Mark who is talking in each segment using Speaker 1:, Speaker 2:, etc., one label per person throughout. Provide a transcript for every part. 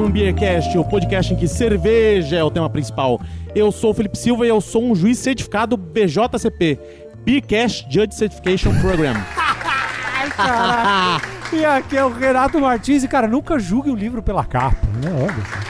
Speaker 1: um Beercast, o podcast em que cerveja é o tema principal. Eu sou o Felipe Silva e eu sou um juiz certificado BJCP, Beercast Judge Certification Program.
Speaker 2: Caraca. E aqui é o Renato Martins e, cara, nunca julgue um livro pela capa, né? Olha.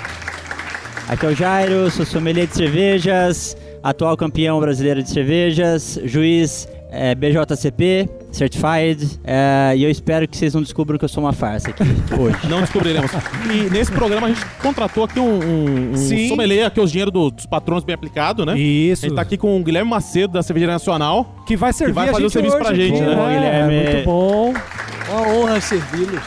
Speaker 3: Aqui é o Jairo, sou sommelier de cervejas, atual campeão brasileiro de cervejas, juiz é, BJCP, certified, é, e eu espero que vocês não descubram que eu sou uma farsa aqui hoje.
Speaker 1: Não descobriremos. E nesse programa a gente contratou aqui um, um, um
Speaker 2: Sim.
Speaker 1: sommelier, aqui é o dinheiro do- dos patronos bem aplicado, né? A
Speaker 2: Isso.
Speaker 1: gente tá aqui com o Guilherme Macedo, da Cervejaria Nacional.
Speaker 2: Que vai servir
Speaker 1: vai
Speaker 2: a
Speaker 1: fazer o
Speaker 2: gente
Speaker 1: serviço
Speaker 2: hoje
Speaker 1: pra gente,
Speaker 2: aqui,
Speaker 1: né?
Speaker 3: Boa, Guilherme.
Speaker 2: Muito bom.
Speaker 4: Uma honra servi-los.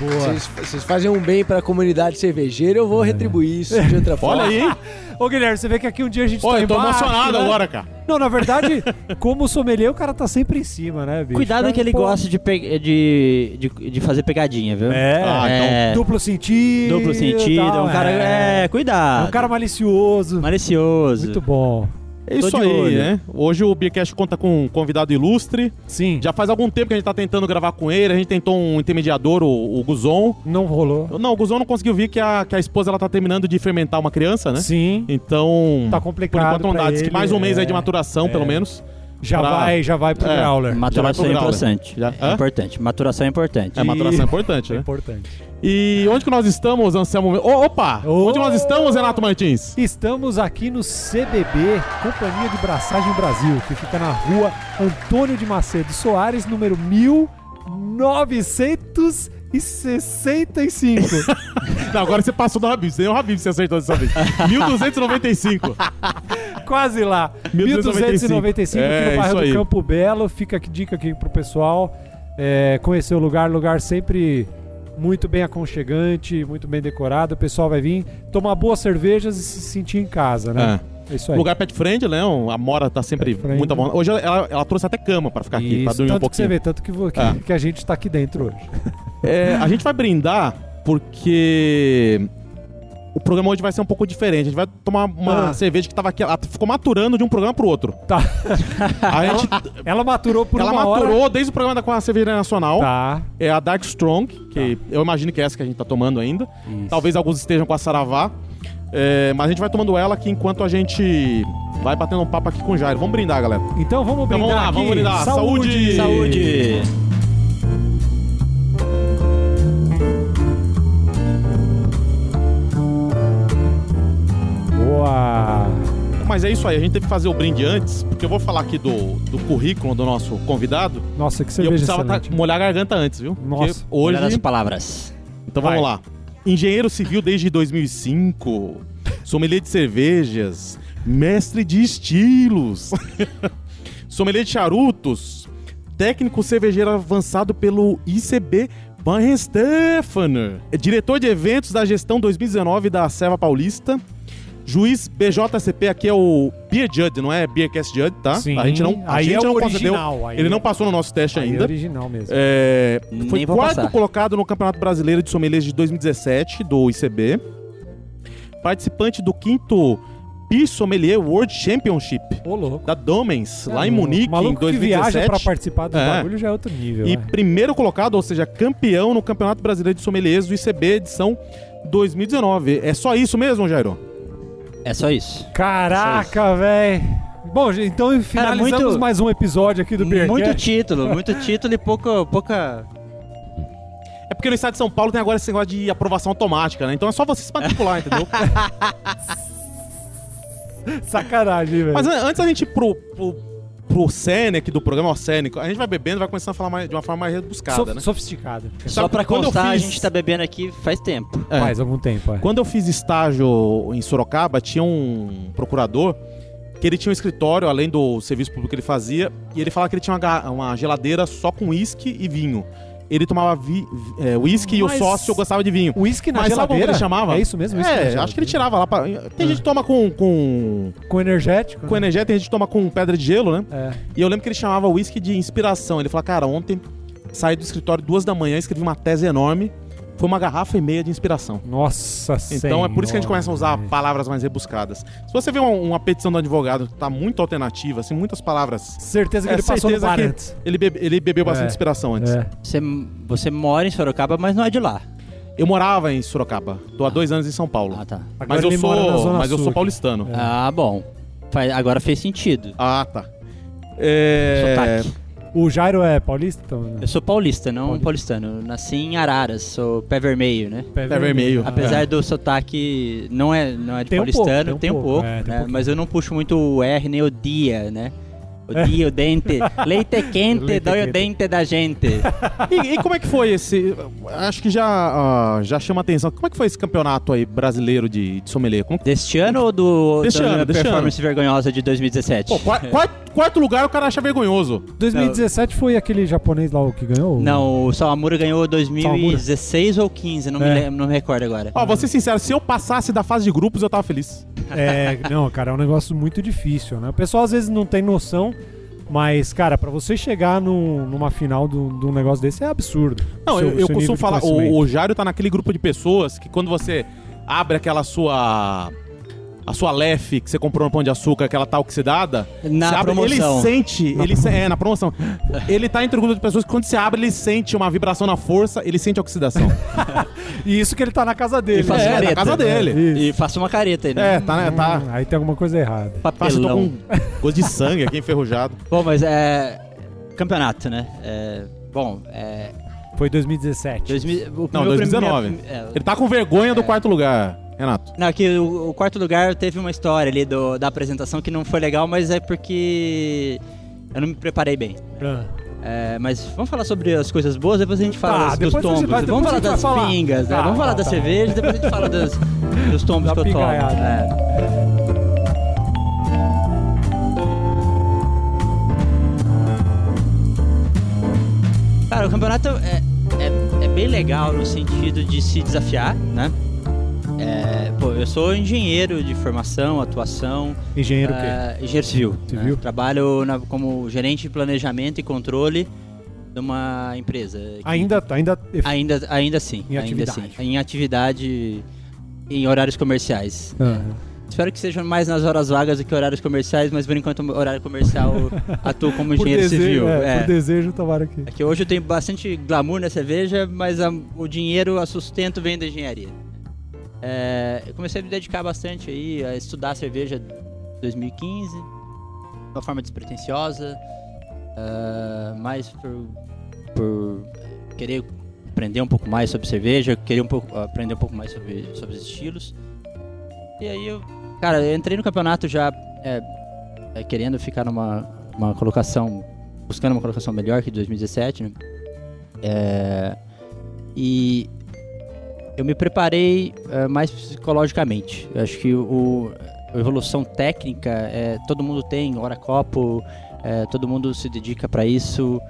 Speaker 2: Boa.
Speaker 4: Vocês, vocês fazem um bem para a comunidade cervejeira, eu vou retribuir isso de outra forma.
Speaker 1: Olha aí, hein?
Speaker 2: Ô, Guilherme, você vê que aqui um dia a gente
Speaker 1: Olha,
Speaker 2: tá
Speaker 1: eu tô
Speaker 2: embaixo,
Speaker 1: emocionado
Speaker 2: né?
Speaker 1: agora, cara.
Speaker 2: Não, na verdade, como sommelier, o cara tá sempre em cima, né, bicho?
Speaker 3: Cuidado
Speaker 2: Cara,
Speaker 3: que ele
Speaker 2: pô,
Speaker 3: gosta de, pe- de, de, de fazer pegadinha, viu?
Speaker 2: É.
Speaker 1: Ah, então,
Speaker 3: É,
Speaker 2: Duplo sentido.
Speaker 3: duplo sentido, é
Speaker 2: tal,
Speaker 3: um cara... É,
Speaker 2: É
Speaker 3: cuidado.
Speaker 2: um cara malicioso.
Speaker 3: malicioso.
Speaker 2: Muito bom.
Speaker 1: É isso
Speaker 3: Tô de
Speaker 1: aí,
Speaker 3: olho.
Speaker 1: né? Hoje o Beercast conta com um convidado ilustre.
Speaker 2: Sim.
Speaker 1: Já faz algum tempo que a gente tá tentando gravar com ele, a gente tentou um intermediador, o, o Guzon.
Speaker 2: Não rolou.
Speaker 1: Não, o Guzon não conseguiu vir que a, que a esposa ela tá terminando de fermentar uma criança, né?
Speaker 2: Sim.
Speaker 1: Então.
Speaker 2: Tá
Speaker 1: Por
Speaker 2: complicado.
Speaker 1: enquanto não
Speaker 2: pra
Speaker 1: dá. Diz que
Speaker 2: ele,
Speaker 1: mais um mês
Speaker 2: é.
Speaker 1: aí de maturação, pelo
Speaker 2: É.
Speaker 1: menos.
Speaker 2: Já
Speaker 1: pra-
Speaker 2: vai, já vai pro
Speaker 1: É.
Speaker 2: Growler.
Speaker 3: Maturação
Speaker 1: Já
Speaker 3: é
Speaker 1: vai pro grau, né?
Speaker 3: importante.
Speaker 1: Já-
Speaker 3: É
Speaker 1: Hã?
Speaker 3: importante. Maturação é importante.
Speaker 1: É, maturação é importante,
Speaker 2: É
Speaker 1: né?
Speaker 2: importante.
Speaker 1: E onde que nós estamos, Anselmo? Ô, opa!
Speaker 2: Ô!
Speaker 1: Onde nós estamos, Renato Martins?
Speaker 2: Estamos aqui no CBB, Companhia de Braçagem Brasil, que fica na rua Antônio de Macedo Soares, número 1965.
Speaker 1: Não, agora você passou do Rabib. Você nem o Rabib você acertou dessa vez. 1295.
Speaker 2: Quase lá. 1295,
Speaker 1: É,
Speaker 2: aqui no
Speaker 1: isso
Speaker 2: bairro
Speaker 1: aí.
Speaker 2: do Campo Belo. Fica aqui, dica aqui pro pessoal é, conhecer o lugar. Lugar sempre muito bem aconchegante, muito bem decorado. O pessoal vai vir tomar boas cervejas e se sentir em casa, né? É, isso aí.
Speaker 1: Lugar pet friend, né? A Mora tá sempre
Speaker 2: Pet friend.
Speaker 1: muito à vontade. Hoje ela, ela trouxe até cama pra ficar aqui, pra
Speaker 2: Isso,
Speaker 1: dormir
Speaker 2: tanto
Speaker 1: um
Speaker 2: que você
Speaker 1: pouquinho.
Speaker 2: vê, tanto que, vo- que-
Speaker 1: Ah.
Speaker 2: que a gente tá aqui dentro hoje.
Speaker 1: É, a gente vai brindar porque o programa hoje vai ser um pouco diferente. A gente vai tomar uma
Speaker 2: Ah.
Speaker 1: cerveja que tava aqui, ela ficou maturando de um programa pro outro.
Speaker 2: Tá.
Speaker 1: A gente,
Speaker 2: Ela maturou por
Speaker 1: ela
Speaker 2: uma hora.
Speaker 1: maturou desde o programa da, com a cervejaria nacional.
Speaker 2: Tá.
Speaker 1: É a Dark Strong, que eu imagino que é essa que a gente tá tomando ainda. Talvez alguns estejam com a Saravá. É, mas a gente vai tomando ela aqui enquanto a gente vai batendo um papo aqui com o Jairo. Vamos brindar, galera.
Speaker 2: Então vamos
Speaker 1: Então vamos
Speaker 2: brindar
Speaker 1: lá,
Speaker 2: aqui.
Speaker 1: vamos brindar. Saúde!
Speaker 2: Saúde!
Speaker 3: Saúde!
Speaker 2: Boa.
Speaker 1: Mas é isso aí, a gente teve que fazer o brinde antes, porque eu vou falar aqui do, do currículo do nosso convidado.
Speaker 2: Nossa, que
Speaker 1: e eu
Speaker 2: cerveja
Speaker 1: precisava tá-
Speaker 2: excelente.
Speaker 1: molhar a garganta antes, viu?
Speaker 2: Nossa.
Speaker 1: Porque hoje.
Speaker 3: Olhar as palavras.
Speaker 1: Então vamos
Speaker 2: Vai.
Speaker 1: lá. Engenheiro civil desde 2005, sommelier de cervejas, mestre de estilos, sommelier de charutos, técnico cervejeiro avançado pelo ICB Van Stefaner, diretor de eventos da gestão 2019 da Serva Paulista, juiz BJCP, aqui é o Beer Judge, não é Beercast Judge, tá?
Speaker 2: Sim.
Speaker 1: a gente não, a
Speaker 2: Aí
Speaker 1: gente
Speaker 2: é o
Speaker 1: não
Speaker 2: original, aí
Speaker 1: ele
Speaker 2: é-
Speaker 1: não passou no nosso teste
Speaker 2: Aí é
Speaker 1: ainda.
Speaker 2: original mesmo.
Speaker 1: É,
Speaker 3: Nem
Speaker 1: foi
Speaker 3: vou
Speaker 1: quarto
Speaker 3: passar.
Speaker 1: colocado no Campeonato Brasileiro de Sommeliers de 2017 do ICB. Participante do quinto Beer Sommelier World Championship
Speaker 2: Ô, louco.
Speaker 1: da Domens, lá em
Speaker 2: O
Speaker 1: Munique, em
Speaker 2: maluco que
Speaker 1: 2017.
Speaker 2: viaja pra participar do
Speaker 1: É.
Speaker 2: bagulho já é outro nível.
Speaker 1: e
Speaker 2: né?
Speaker 1: primeiro colocado, ou seja, campeão no Campeonato Brasileiro de Sommeliers do ICB edição 2019. É só isso mesmo, Jairo?
Speaker 3: É só isso.
Speaker 2: Caraca, velho. Bom, gente, então finalizamos
Speaker 3: muito-
Speaker 2: mais um episódio aqui do Beercast.
Speaker 3: Muito título, muito título e pouca. pouca...
Speaker 1: É porque no estado de São Paulo tem agora esse negócio de aprovação automática, né? Então é só você se matricular, entendeu?
Speaker 2: Sacanagem, velho.
Speaker 1: Mas an- antes da gente ir pro, pro, pro Sene aqui do programa, ó, Sene, a gente vai bebendo e vai começando a falar mais- de uma forma mais rebuscada,
Speaker 2: Sof-
Speaker 1: né?
Speaker 2: Sofisticado.
Speaker 3: Só
Speaker 1: Sabe,
Speaker 3: pra
Speaker 1: quando eu
Speaker 3: constar,
Speaker 1: fiz-
Speaker 3: a gente tá bebendo aqui faz tempo.
Speaker 1: É.
Speaker 2: Faz algum tempo, é.
Speaker 1: Quando eu fiz estágio em Sorocaba, tinha um procurador que ele tinha um escritório, além do serviço público que ele fazia, e ele falava que ele tinha uma, ga- uma geladeira só com uísque e vinho. Ele tomava vi- vi- é, uísque e o
Speaker 2: Mas-
Speaker 1: sócio gostava de vinho.
Speaker 2: Whisky na
Speaker 1: Mas sabe como
Speaker 2: geladeira?
Speaker 1: ele chamava?
Speaker 2: É isso mesmo? whisky na
Speaker 1: É,
Speaker 2: geladeira.
Speaker 1: acho que ele tirava lá pra... Tem gente que toma com, com,
Speaker 2: Com energético? né?
Speaker 1: com energia, tem gente que toma com pedra de gelo, né?
Speaker 2: É.
Speaker 1: E eu lembro que ele chamava whisky de inspiração. Ele falava, cara, ontem saí do escritório duas da manhã, escrevi uma tese enorme, foi uma garrafa e meia de inspiração.
Speaker 2: Nossa
Speaker 1: Então é por isso que a gente começa a usar
Speaker 2: Senhora.
Speaker 1: palavras mais rebuscadas. Se você vê uma, uma petição do advogado que tá muito alternativa, assim, muitas palavras.
Speaker 2: Certeza que
Speaker 1: É
Speaker 2: ele passou no
Speaker 1: certeza
Speaker 2: bar
Speaker 1: que-
Speaker 2: antes.
Speaker 1: Ele, bebe- ele bebeu bastante
Speaker 2: É.
Speaker 1: inspiração antes.
Speaker 2: É.
Speaker 3: Você, você mora em Sorocaba, mas não é de lá.
Speaker 1: Eu morava em Sorocaba. Tô há dois anos em São Paulo.
Speaker 3: Ah, tá.
Speaker 2: Agora
Speaker 1: mas eu
Speaker 2: ele mora na
Speaker 1: sou,
Speaker 2: Zona
Speaker 1: mas eu
Speaker 2: Sul
Speaker 1: sou
Speaker 2: aqui. É.
Speaker 1: paulistano.
Speaker 3: Ah, bom. Faz- Agora fez sentido.
Speaker 1: Ah, tá. É...
Speaker 3: Sotaque.
Speaker 2: O Jairo é paulista? Então, né?
Speaker 3: Eu sou paulista, não
Speaker 2: Paulista.
Speaker 3: paulistano. Eu Nasci em Araras, sou pé vermelho, né?
Speaker 2: Pé
Speaker 1: vermelho.
Speaker 2: Ah,
Speaker 3: Apesar
Speaker 2: é.
Speaker 3: do sotaque não é, não é de
Speaker 2: Tem um
Speaker 3: paulistano,
Speaker 2: pouco,
Speaker 3: tem um
Speaker 2: é,
Speaker 3: pouco,
Speaker 2: tem um
Speaker 3: né?
Speaker 2: pouquinho.
Speaker 3: mas eu não puxo muito o R nem o dia, né? O dia, o dente. Leite quente,
Speaker 2: É. Leite
Speaker 3: dói
Speaker 2: quente.
Speaker 3: o dente da gente.
Speaker 1: E, e como é que foi esse? Acho que já, ah, já chama atenção. Como é que foi esse campeonato aí brasileiro de, de sommelier? Como que-
Speaker 3: Deste ano ou do
Speaker 1: Deste
Speaker 3: da
Speaker 1: ano,
Speaker 3: minha
Speaker 1: deste
Speaker 3: performance vergonhosa de 2017?
Speaker 1: Pô, qua- quarto, quarto lugar o cara acha vergonhoso.
Speaker 2: 2017 foi aquele japonês lá o que ganhou?
Speaker 3: Não, o Salamura ganhou 2016 ou 15,
Speaker 2: É.
Speaker 3: não, me, lem- não me recordo agora.
Speaker 1: Ó, vou ser sincero, se eu passasse da fase de grupos, eu tava feliz.
Speaker 2: É, não, cara, é um negócio muito difícil, né? O pessoal às vezes não tem noção, mas, cara, pra você chegar num- numa final de um de um negócio desse é absurdo.
Speaker 1: Não,
Speaker 2: Seu-
Speaker 1: eu, eu
Speaker 2: seu nível
Speaker 1: costumo
Speaker 2: de
Speaker 1: falar,
Speaker 2: conhecimento.
Speaker 1: o, o Jário tá naquele grupo de pessoas que quando você abre aquela sua. A sua lef que você comprou no Pão de Açúcar, aquela tal oxidada.
Speaker 3: Na
Speaker 1: você
Speaker 3: promoção.
Speaker 1: Ele sente. ele se- é, na promoção. Ele tá entre o grupo de pessoas que quando você abre, ele sente uma vibração na força, ele sente a oxidação.
Speaker 2: E isso que ele tá na casa dele.
Speaker 3: E faz
Speaker 1: é, na
Speaker 3: careta,
Speaker 1: casa
Speaker 3: né?
Speaker 1: dele.
Speaker 2: Isso.
Speaker 3: E faço uma careta aí, né?
Speaker 1: É, tá, né, tá.
Speaker 2: Hum, Aí tem alguma coisa errada.
Speaker 1: Nossa, eu tô
Speaker 3: Papelão.
Speaker 1: com um. gosto de sangue aqui enferrujado.
Speaker 3: Bom, mas é. Campeonato, né? É, bom, é.
Speaker 2: Foi 2017.
Speaker 3: dois mil- o
Speaker 1: Não,
Speaker 3: meu
Speaker 1: 2019.
Speaker 3: primeiro- é,
Speaker 1: Ele tá com vergonha do quarto lugar, Renato.
Speaker 3: Não, que o, o quarto lugar teve uma história ali do- da apresentação que não foi legal, mas é porque eu não me preparei bem.
Speaker 2: Ah.
Speaker 3: É, mas vamos falar sobre as coisas boas, depois a gente
Speaker 2: Tá,
Speaker 3: fala das-
Speaker 2: depois
Speaker 3: dos
Speaker 2: a gente
Speaker 3: tombos.
Speaker 2: vai- depois
Speaker 3: vamos
Speaker 2: a
Speaker 3: falar
Speaker 2: gente vai
Speaker 3: das
Speaker 2: falar.
Speaker 3: pingas, né?
Speaker 2: Tá,
Speaker 3: vamos falar
Speaker 2: tá,
Speaker 3: da
Speaker 2: tá.
Speaker 3: cerveja, depois a gente fala dos, dos tombos
Speaker 2: Da
Speaker 3: que eu tomo.
Speaker 2: pingaiada.
Speaker 3: É. Cara, o campeonato é, é, é bem legal no sentido de se desafiar, né? É, pô, eu sou engenheiro de formação, atuação.
Speaker 2: Engenheiro o quê?
Speaker 3: Ah, engenheiro civil.
Speaker 2: Civil.
Speaker 3: né? Trabalho na- como gerente de planejamento e controle de uma empresa. que-
Speaker 2: Ainda, tá, ainda é
Speaker 3: Ainda, ainda sim.
Speaker 2: Em
Speaker 3: ainda
Speaker 2: atividade.
Speaker 3: sim. Em atividade em horários comerciais.
Speaker 2: Ah.
Speaker 3: Espero que sejam mais nas horas vagas do que horários comerciais, mas por enquanto horário comercial eu atuo como
Speaker 2: Por
Speaker 3: engenheiro
Speaker 2: desejo,
Speaker 3: civil.
Speaker 2: é,
Speaker 3: é.
Speaker 2: Por desejo, Tavares aqui.
Speaker 3: É que hoje eu tenho bastante glamour na cerveja, mas a- o dinheiro, o sustento vem da engenharia. É, eu comecei a me dedicar bastante aí a estudar cerveja em 2015, de uma forma despretensiosa, ah, mais por, por querer aprender um pouco mais sobre cerveja, querer um pouco, aprender um pouco mais sobre, sobre os estilos. E aí eu, cara, eu entrei no campeonato já é, é, querendo ficar numa uma colocação buscando uma colocação melhor que 2017, né? É, e eu me preparei é, mais psicologicamente. Eu acho que o, a evolução técnica, é, todo mundo tem hora copo, é, todo mundo se dedica para isso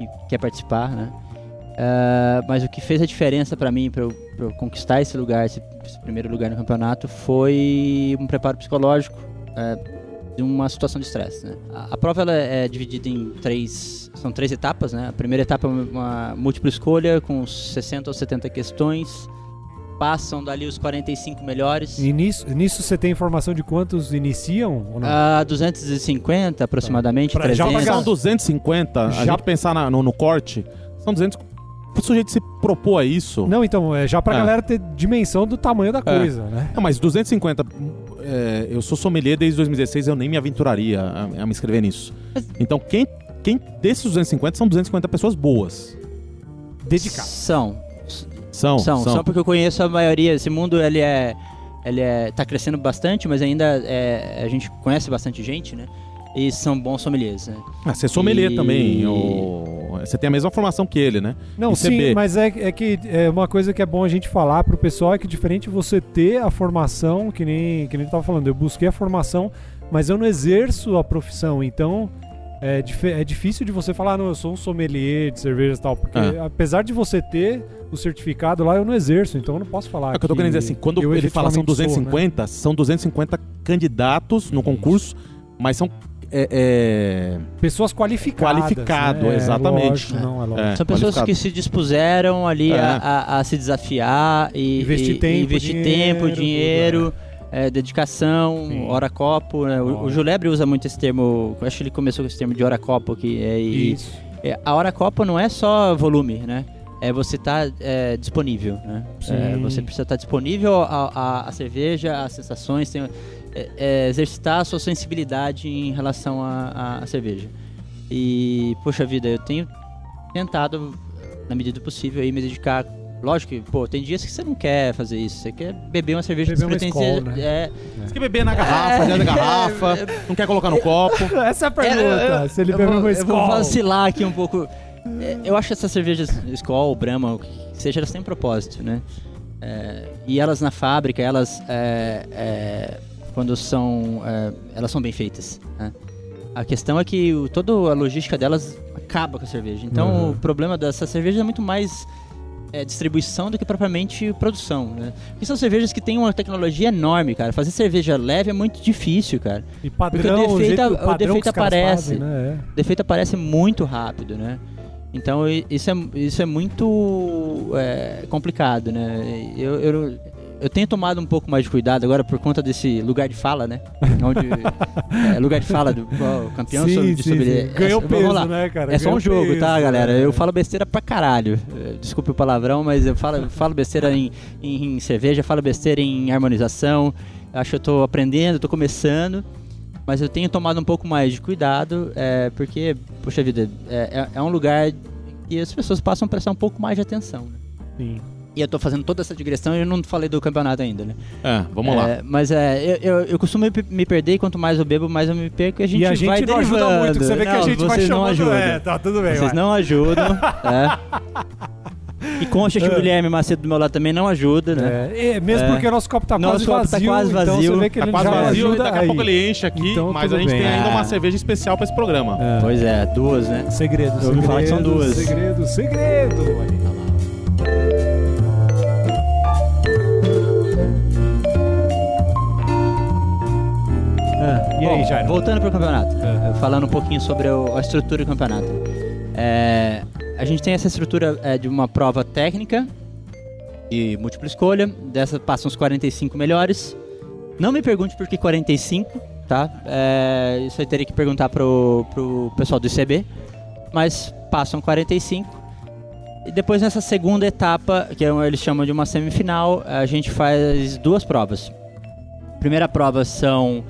Speaker 3: e quer participar, né? É, mas o que fez a diferença para mim, para eu, pra eu conquistar esse lugar, esse, esse primeiro lugar no campeonato, foi um preparo psicológico. é, de uma situação de estresse, né? A, a prova ela é dividida em três, são três etapas, né? A primeira etapa é uma múltipla escolha com 60 ou 70 questões. Passam dali os 45 melhores.
Speaker 2: E nisso, nisso você tem informação de quantos iniciam ou não?
Speaker 3: A 250 aproximadamente,
Speaker 2: Ah, Pra- já um pra
Speaker 3: 300.
Speaker 2: Pensa.
Speaker 1: São 250,
Speaker 2: Já-
Speaker 1: a gente pensar na- no, no corte, são 200. O sujeito se propor a isso.
Speaker 2: Não, então, é já pra
Speaker 3: Ah.
Speaker 1: É.
Speaker 2: galera ter dimensão do tamanho da coisa, né?
Speaker 1: É, mas 250. é, eu sou sommelier desde 2016, eu nem me aventuraria a, a me inscrever nisso. Então, quem, quem desses 250 são 250 pessoas boas.
Speaker 2: Dedicado.
Speaker 3: São.
Speaker 1: São,
Speaker 3: São,
Speaker 1: são.
Speaker 3: são porque eu conheço a maioria. Esse mundo ele é, ele é, tá crescendo bastante, mas ainda é, a gente conhece bastante gente, né? E são bons sommeliers, né?
Speaker 1: Ah, você é sommelier
Speaker 3: E-
Speaker 1: também. o- Você tem a mesma formação que ele, né?
Speaker 2: Não,
Speaker 1: E
Speaker 2: sim,
Speaker 1: CB?
Speaker 2: mas é, é que é uma coisa que é bom a gente falar pro pessoal é que diferente você ter a formação, que nem que nem eu tava falando, eu busquei a formação, mas eu não exerço a profissão, então é, dif- é difícil de você falar, não, eu sou um sommelier de cervejas e tal, porque
Speaker 1: Ah.
Speaker 2: apesar de você ter o certificado lá, eu não exerço, então eu não posso falar.
Speaker 1: É o que eu tô querendo dizer assim, quando ele fala são
Speaker 2: efetivamente sou, né?
Speaker 1: 250, são 250 candidatos no concurso, mas são. É, é,
Speaker 2: Pessoas qualificadas.
Speaker 1: Qualificado,
Speaker 2: né? É,
Speaker 1: exatamente.
Speaker 2: lógico, não, é lógico.
Speaker 1: é,
Speaker 3: São pessoas
Speaker 1: qualificado.
Speaker 3: que se dispuseram ali
Speaker 1: É.
Speaker 3: a, a- a se desafiar e
Speaker 2: Investir
Speaker 3: e-
Speaker 2: tempo,
Speaker 3: investir
Speaker 2: dinheiro,
Speaker 3: tempo,
Speaker 2: tudo,
Speaker 3: dinheiro, é, dedicação,
Speaker 2: Sim.
Speaker 3: hora copo. Né? O,
Speaker 2: Hora.
Speaker 3: o Julebre usa muito esse termo. eu
Speaker 1: É.
Speaker 3: Acho que ele começou com esse termo de hora copo que é, e-
Speaker 2: Isso.
Speaker 3: é, a hora copo não é só volume, né? é você estar é, disponível, né?
Speaker 2: Sim.
Speaker 3: É, você precisa estar disponível à, à- à cerveja, às sensações, tem, é, é, exercitar a sua sensibilidade em relação à- à à cerveja. E, poxa vida, eu tenho tentado, na medida do possível, aí, me dedicar. Lógico que, pô, tem dias que você não quer fazer isso, você quer beber uma cerveja
Speaker 2: Beber uma
Speaker 3: despretensiosa.
Speaker 2: Skol, né?
Speaker 3: é,
Speaker 1: Você quer beber na garrafa, dentro da garrafa, não quer colocar no copo.
Speaker 2: Essa é a pergunta.
Speaker 3: eu-
Speaker 2: se ele
Speaker 3: eu
Speaker 2: bebeu
Speaker 3: vou-
Speaker 2: uma
Speaker 3: Eu vou
Speaker 2: escola.
Speaker 3: vacilar aqui um pouco. É, Eu acho essas cervejas Skol, Brahma, o que seja, elas têm um propósito, né? É, e elas na fábrica, elas é, é, quando são é, elas são bem feitas. né? A questão é que o, toda a logística delas acaba com a cerveja. Então
Speaker 2: Uhum.
Speaker 3: o problema dessa cerveja é muito mais é, distribuição do que propriamente produção, né? Porque são cervejas que têm uma tecnologia enorme, cara. Fazer cerveja leve é muito difícil, cara
Speaker 2: E padrão,
Speaker 3: Porque o
Speaker 2: o,
Speaker 3: defeito-
Speaker 2: jeito, o
Speaker 3: o
Speaker 2: padrão
Speaker 3: defeito
Speaker 2: que os caras
Speaker 3: aparece.
Speaker 2: fazem, né?
Speaker 3: o defeito aparece muito rápido, né? Então i- isso é, isso é muito é, complicado, né? Eu, eu, eu tenho tomado um pouco mais de cuidado agora por conta desse lugar de fala, né? Onde, é, lugar de fala do ó, o campeão
Speaker 2: Sim,
Speaker 3: sobre,
Speaker 2: sim,
Speaker 3: sobre-
Speaker 2: sim. Ganhou
Speaker 3: é,
Speaker 2: peso,
Speaker 3: vamos lá.
Speaker 2: né, cara?
Speaker 3: É só
Speaker 2: Ganhou
Speaker 3: um jogo,
Speaker 2: peso,
Speaker 3: tá,
Speaker 2: né?
Speaker 3: galera? Eu falo besteira pra caralho. É, Desculpe o palavrão, mas eu falo, eu falo besteira em, em, em cerveja, falo besteira em harmonização. Acho que eu tô aprendendo, tô começando. Mas eu tenho tomado um pouco mais de cuidado, é, porque, poxa vida, é, é- é um lugar que as pessoas passam a prestar um pouco mais de atenção. né?
Speaker 2: Sim.
Speaker 3: E eu tô fazendo toda essa digressão e eu não falei do campeonato ainda, né?
Speaker 1: É, vamos lá.
Speaker 3: É, mas é, eu, eu, eu costumo me- me perder e quanto mais eu bebo, mais eu me perco e a gente,
Speaker 2: e a gente
Speaker 3: vai
Speaker 2: não
Speaker 3: derivando.
Speaker 2: ajuda muito, que você vê que a
Speaker 3: Não,
Speaker 2: gente vai
Speaker 3: vocês não
Speaker 2: chamando.
Speaker 3: ajudam.
Speaker 2: É, tá, tudo bem.
Speaker 3: Vocês
Speaker 2: vai.
Speaker 3: não ajudam, né? E concha que o Guilherme Macedo do meu lado também não ajuda, né?
Speaker 2: É, é, mesmo
Speaker 3: É.
Speaker 2: porque o nosso copo tá
Speaker 3: Nosso
Speaker 2: quase
Speaker 3: copo tá
Speaker 2: vazio.
Speaker 3: quase
Speaker 2: Então
Speaker 3: vazio.
Speaker 2: você vê que
Speaker 1: Tá
Speaker 2: ele
Speaker 1: quase
Speaker 2: já
Speaker 1: vazio,
Speaker 2: ajuda
Speaker 1: daqui a
Speaker 2: aí.
Speaker 1: pouco ele enche aqui,
Speaker 2: Então,
Speaker 1: mas a
Speaker 2: tudo
Speaker 1: gente
Speaker 2: bem.
Speaker 1: tem ainda uma
Speaker 3: Ah.
Speaker 1: cerveja especial pra esse programa.
Speaker 2: É.
Speaker 3: Pois é, duas, né?
Speaker 2: Segredo, segredo.
Speaker 3: Eu ouvi falar que são duas.
Speaker 2: Segredo, segredo. Olha. Ah, e aí,
Speaker 3: É. Bom,
Speaker 2: Jairo?
Speaker 3: Voltando pro campeonato,
Speaker 2: É.
Speaker 3: eh, falando um pouquinho sobre o- a estrutura do campeonato. É, a gente tem essa estrutura eh, de uma prova técnica e múltipla escolha. Dessa passam os 45 melhores. Não me pergunte por que 45, tá? É, isso aí teria que perguntar pro, pro pessoal do ICB. Mas passam 45. E depois nessa segunda etapa, que é uma- eles chamam de uma semifinal, a gente faz duas provas. Primeira prova são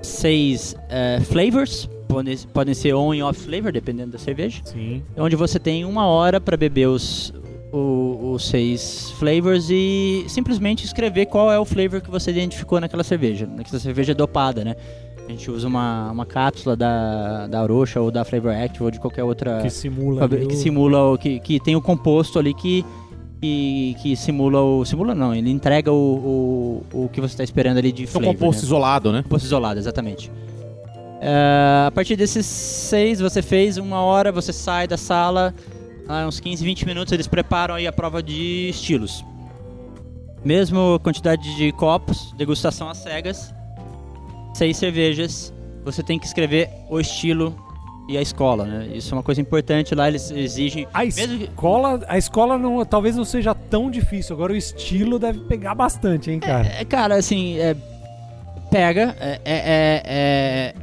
Speaker 3: seis eh, flavors, podem, podem ser on e off flavor, dependendo da cerveja
Speaker 2: Sim.
Speaker 3: onde você tem uma hora para beber os, o- os seis flavors e simplesmente escrever qual é o flavor que você identificou naquela cerveja, naquela cerveja dopada, né? A gente usa uma, uma cápsula da, da Arocha ou da Flavor Active ou de qualquer outra
Speaker 2: Que simula.
Speaker 1: é
Speaker 3: Fabri-
Speaker 2: ali
Speaker 3: que
Speaker 2: o-
Speaker 3: simula o que, que tem o composto ali que, que que simula o simula não ele entrega o, o, o que você está esperando ali de
Speaker 1: Tem um
Speaker 3: flavor,
Speaker 1: composto
Speaker 3: né?
Speaker 1: isolado, né?
Speaker 3: Composto isolado, exatamente. É, a partir desses seis, você fez uma hora, você sai da sala, há uns 15, 20 minutos eles preparam aí a prova de estilos. Mesmo quantidade de copos, degustação às cegas, seis cervejas, você tem que escrever o estilo e a escola, né? Isso é uma coisa importante, lá eles exigem...
Speaker 2: A
Speaker 3: Mesmo que-
Speaker 2: escola, a escola não, talvez não seja tão difícil. Agora o estilo deve pegar bastante, hein, cara?
Speaker 3: É, cara, assim, é, pega, é, é- é- é-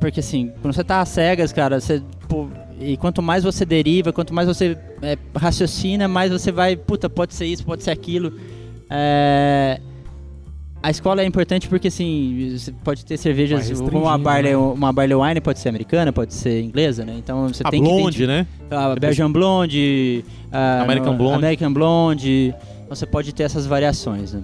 Speaker 3: porque assim, quando você tá às cegas, cara, você, pô, e quanto mais você deriva, quanto mais você é, raciocina, mais você vai, puta, pode ser isso, pode ser aquilo, é... A escola é importante porque, assim, você pode ter cervejas,
Speaker 2: Vai
Speaker 3: uma
Speaker 2: restringindo,
Speaker 3: barley,
Speaker 2: né?
Speaker 3: uma barley wine pode ser americana, pode ser inglesa, né? Então você
Speaker 1: a
Speaker 3: tem que
Speaker 1: blonde, né?
Speaker 3: a Belgian Blonde, a-
Speaker 1: American
Speaker 3: no-
Speaker 1: Blonde.
Speaker 3: American Blonde. Então você pode ter essas variações, né?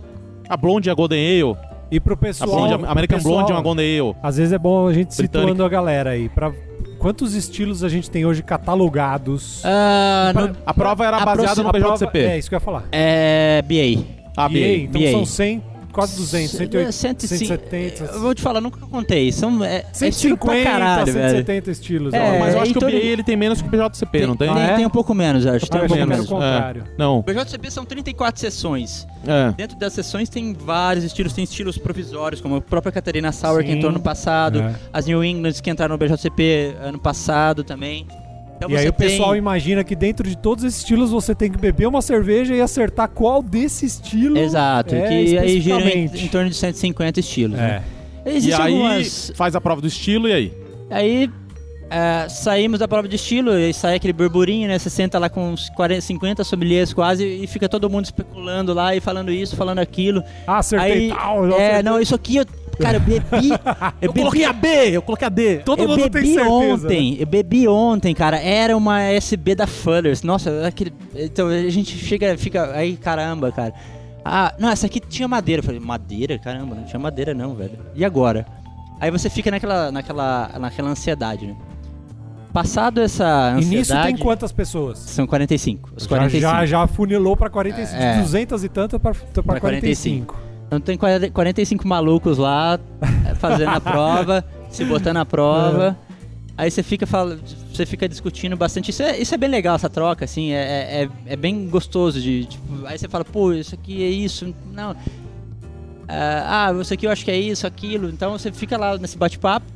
Speaker 1: A blonde é a Golden Ale.
Speaker 2: E pro
Speaker 1: A
Speaker 2: pessoal.
Speaker 1: blonde,
Speaker 2: pro
Speaker 1: a Tá American
Speaker 2: pessoal-
Speaker 1: Blonde é uma Golden Ale.
Speaker 2: Às vezes é bom a gente
Speaker 1: Britânica.
Speaker 2: situando a galera aí. Pra... Quantos estilos a gente tem hoje catalogados?
Speaker 1: É,
Speaker 3: Ah, no-
Speaker 1: A prova era
Speaker 3: A
Speaker 1: baseada
Speaker 3: próxima-
Speaker 1: no
Speaker 2: A prova- É
Speaker 1: BJCP.
Speaker 2: isso que eu ia falar.
Speaker 3: É, BA.
Speaker 1: Ah, A
Speaker 2: E aí,
Speaker 1: BA.
Speaker 2: então
Speaker 3: BA.
Speaker 2: são 100, quase 200, 180,
Speaker 3: 105,
Speaker 2: 170.
Speaker 3: Eu vou te falar, nunca contei. São, é, é estilo
Speaker 2: 150,
Speaker 3: pra caralho, velho.
Speaker 2: 170 estilos.
Speaker 3: É,
Speaker 2: ó.
Speaker 1: Mas eu acho que o
Speaker 3: então
Speaker 1: BA
Speaker 3: ele-
Speaker 1: ele tem menos que o BJCP, não tem?
Speaker 3: Tem,
Speaker 2: Ah, é?
Speaker 3: tem um pouco menos, eu acho. Tem
Speaker 2: Ah,
Speaker 3: um
Speaker 2: eu
Speaker 3: pouco
Speaker 2: achei que era
Speaker 3: menos.
Speaker 2: o contrário.
Speaker 1: É. Não.
Speaker 3: O BJCP são 34 sessões.
Speaker 1: É.
Speaker 3: Dentro das sessões tem vários estilos, tem estilos provisórios, como a própria Catarina Sauer que
Speaker 2: Sim.
Speaker 3: entrou ano passado,
Speaker 2: É.
Speaker 3: as New Englands que entraram no BJCP ano passado também. Então
Speaker 2: E
Speaker 3: você
Speaker 2: aí o
Speaker 3: tem-
Speaker 2: pessoal imagina que dentro de todos esses estilos você tem que beber uma cerveja e acertar qual desse estilo.
Speaker 3: Exato,
Speaker 2: é,
Speaker 3: que aí gira em,
Speaker 2: especificamente.
Speaker 3: em torno de 150 estilos.
Speaker 2: É.
Speaker 3: Né? Existem
Speaker 1: E aí
Speaker 3: algumas-
Speaker 1: faz a prova do estilo e aí?
Speaker 3: Aí é, saímos da prova de estilo e sai aquele burburinho, né? Você senta lá com uns 40, 50 sommeliers quase e fica todo mundo especulando lá e falando isso, falando aquilo.
Speaker 2: Ah, acertei
Speaker 3: Aí,
Speaker 2: tal. eu
Speaker 3: é,
Speaker 2: acertei.
Speaker 3: não, isso aqui eu. Cara, eu bebi. Eu, bebi,
Speaker 1: a B, eu coloquei a D. Todo
Speaker 3: eu
Speaker 1: mundo tem
Speaker 3: bebi
Speaker 1: certeza. né?
Speaker 3: ontem. Eu bebi ontem, cara. Era uma SB da Fullers. Nossa, aquele. Então a gente chega, fica. Aí, caramba, cara. Ah, não, essa aqui tinha madeira. Eu falei, madeira? Caramba, não tinha madeira não, velho. E agora? Aí você fica naquela, naquela, naquela ansiedade, né? Passado essa
Speaker 2: E
Speaker 3: ansiedade.
Speaker 2: nisso tem quantas pessoas?
Speaker 3: São 45. Os
Speaker 2: Já-
Speaker 3: 45.
Speaker 2: Já, já funilou pra 45.
Speaker 3: É.
Speaker 2: De 200 e tanto pra, pra,
Speaker 3: Pra
Speaker 2: 45.
Speaker 3: 45. Então tem 40 45 malucos lá eh, fazendo a prova, se botando à prova. Aí você fica, fala- você fica discutindo bastante. Isso é, isso é bem legal, essa troca, assim. É, é- é- é bem gostoso de. tipo, aí você fala, pô, isso aqui é isso. Não. Ah, ah, isso aqui eu acho que é isso, aquilo. Então você fica lá nesse bate-papo.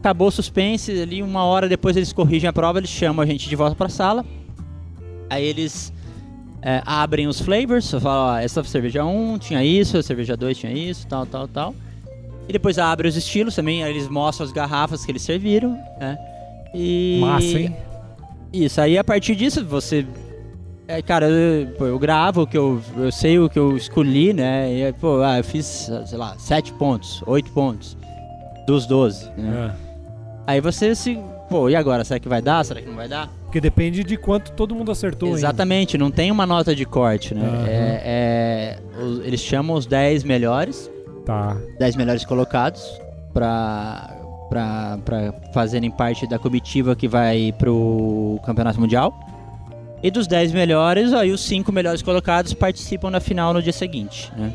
Speaker 3: Acabou o suspense ali, uma hora depois eles corrigem a prova, eles chamam a gente de volta pra sala. Aí eles é, abrem os flavors, só fala, ó, essa cerveja 1 tinha isso, a cerveja 2 tinha isso, tal, tal, tal. E depois abre os estilos também, aí eles mostram as garrafas que eles serviram, né? E...
Speaker 2: Massa, hein?
Speaker 3: Isso, aí a partir disso você... é, cara, eu, pô, eu gravo o que eu, eu sei o que eu escolhi, né? E, aí, pô, ah, eu fiz, sei lá, 7 pontos, 8 pontos dos 12, né?
Speaker 2: É.
Speaker 3: Aí você se... Pô, e agora? Será que vai dar? Será que não vai dar?
Speaker 2: Porque depende de quanto todo mundo acertou. ainda.
Speaker 3: Exatamente, não tem uma nota de corte, né?
Speaker 2: Aham.
Speaker 3: É- é- os- eles chamam os 10 melhores,
Speaker 2: Tá.
Speaker 3: 10 melhores colocados, pra, pra, pra fazerem parte da comitiva que vai pro Campeonato Mundial. E dos 10 melhores, aí os 5 melhores colocados participam da final no dia seguinte, né?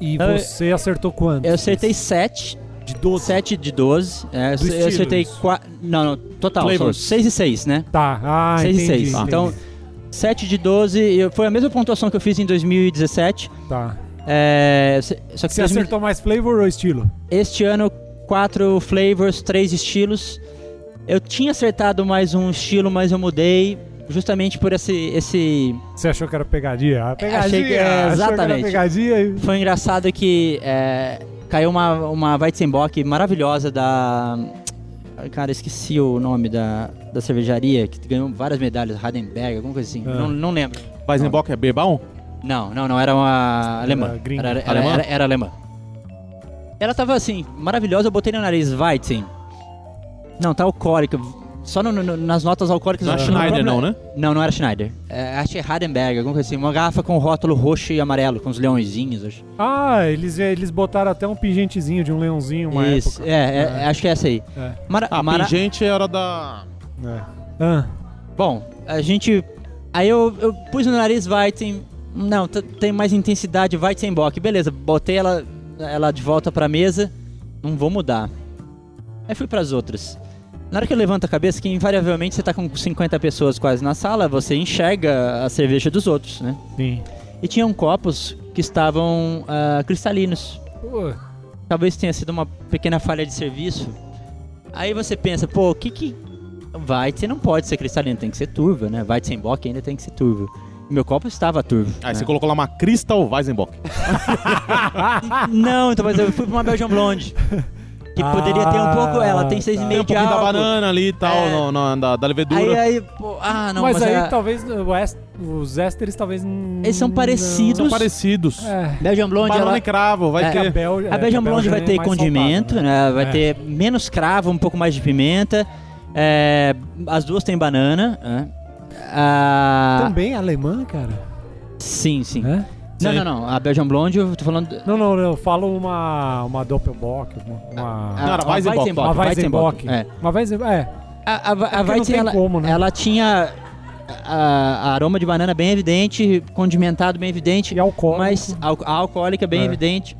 Speaker 2: E
Speaker 3: Então,
Speaker 2: você acertou quanto?
Speaker 3: Eu acertei 7,
Speaker 2: de 12.
Speaker 3: 7 de 12. É,
Speaker 2: Do
Speaker 3: eu acertei
Speaker 2: estilo, isso.
Speaker 3: 4, não, não, total, são
Speaker 1: Flavors.
Speaker 3: 6 e 6, né?
Speaker 2: Tá. Ah,
Speaker 3: 6 e
Speaker 2: entendi.
Speaker 3: 6.
Speaker 2: entendi.
Speaker 3: Então, 7 de 12, eu- foi a mesma pontuação que eu fiz em 2017.
Speaker 2: Tá.
Speaker 3: É, se- só que
Speaker 2: Você
Speaker 3: 2000
Speaker 2: acertou mais flavor ou estilo?
Speaker 3: este ano, quatro flavors, três estilos. Eu tinha acertado mais um estilo, mas eu mudei. Justamente por esse. esse...
Speaker 2: Você achou que era pegadinha? Ah, pegadinha!
Speaker 3: achei que- é,
Speaker 2: achou que era
Speaker 3: exatamente.
Speaker 2: pegadinha e...
Speaker 3: Foi engraçado que é, caiu uma, uma Weizenbock maravilhosa da. Cara, esqueci o nome da, da cervejaria, que ganhou várias medalhas, Hardenberg, alguma coisa assim.
Speaker 2: Ah.
Speaker 3: Não, não lembro.
Speaker 1: Weizenbock é B, bom?
Speaker 3: Não, não, não, era uma alemã.
Speaker 2: Era gringa.
Speaker 3: Era, era,
Speaker 1: Alemã?
Speaker 3: era- era alemã. Ela tava assim, maravilhosa, eu botei no nariz, Weizen. Não, tá alcoólica. Só no- no- nas notas alcoólicas.
Speaker 1: Não é
Speaker 3: no
Speaker 1: Schneider,
Speaker 3: próprio-
Speaker 1: não, né?
Speaker 3: Não, não era Schneider. É, acho que é Hardenberg, alguma coisa assim. Uma garrafa com rótulo roxo e amarelo, com os leõezinhos, acho.
Speaker 2: Ah, eles, eles botaram até um pingentezinho de um leãozinho uma
Speaker 3: Isso,
Speaker 2: época.
Speaker 3: é, é, acho que é essa aí.
Speaker 2: É.
Speaker 3: Mara-
Speaker 1: A
Speaker 3: mara-
Speaker 1: pingente era da...
Speaker 2: É. Ah,
Speaker 3: Bom, a gente. Aí eu, eu pus no nariz Weizen. Não, t- tem mais intensidade, Weizenbock. Beleza, botei ela, ela de volta pra mesa. Não vou mudar. Aí fui pras outras. Na hora que eu levanto a cabeça, que invariavelmente você tá com 50 pessoas quase na sala, você enxerga a cerveja dos outros, né?
Speaker 2: sim.
Speaker 3: E tinham copos que estavam ah, cristalinos
Speaker 2: Pô,
Speaker 3: talvez tenha sido uma pequena falha de serviço. Aí você pensa, pô, o que que. Vai, você não pode ser cristalino, tem que ser turva, né? Vai sem boque ainda tem que ser turvo. Meu copo estava turvo.
Speaker 1: Aí
Speaker 3: né?
Speaker 1: Ah, você colocou lá uma Crystal Weizenbock.
Speaker 3: Não, então, mas eu fui pra uma Belgian Blonde. Que poderia ter um
Speaker 2: Ah,
Speaker 3: pouco. Ela tem
Speaker 2: tá.
Speaker 3: 6,5
Speaker 1: Tem um
Speaker 3: de
Speaker 1: pouquinho da
Speaker 3: álcool.
Speaker 1: banana ali e tal,
Speaker 3: É.
Speaker 1: no- no- da, da
Speaker 3: Aí,
Speaker 1: levedura.
Speaker 3: aí, pô, ah, não,
Speaker 2: mas,
Speaker 3: mas,
Speaker 2: aí então,
Speaker 3: a
Speaker 2: talvez o est- os ésteres talvez. n-
Speaker 3: Eles são
Speaker 2: não-
Speaker 3: parecidos.
Speaker 1: São parecidos.
Speaker 2: É.
Speaker 3: Belgian Blonde,
Speaker 1: Banana
Speaker 3: ela,
Speaker 1: e cravo, vai
Speaker 3: É.
Speaker 2: que a
Speaker 1: ter.
Speaker 2: Bel- é,
Speaker 3: A Belgian
Speaker 2: que
Speaker 3: Blonde vai
Speaker 2: é
Speaker 3: ter
Speaker 2: mais
Speaker 3: condimento,
Speaker 2: salgada,
Speaker 3: né? Vai
Speaker 2: É.
Speaker 3: ter menos cravo, um pouco mais de pimenta. É, as duas têm banana. né? Ah,
Speaker 2: Também alemã, cara?
Speaker 3: Sim, sim.
Speaker 2: É?
Speaker 3: Não,
Speaker 1: Sim.
Speaker 3: não, não. A Belgian Blonde, eu tô falando.
Speaker 2: Não, não, não. Eu falo uma, uma Doppelbock, uma. uma...
Speaker 1: era
Speaker 3: a
Speaker 1: Weizenbock.
Speaker 2: Uma Weizenbock.
Speaker 3: Weizenbock, Ah, É.
Speaker 2: Uma Weizen- É.
Speaker 3: A, a, a
Speaker 2: não
Speaker 3: Weizen,
Speaker 2: tem
Speaker 3: ela,
Speaker 2: como, né?
Speaker 3: ela tinha a, a aroma de banana bem evidente, condimentado bem evidente,
Speaker 2: E é alcoólico.
Speaker 3: é, mas al- a alcoólica bem
Speaker 2: É.
Speaker 3: evidente.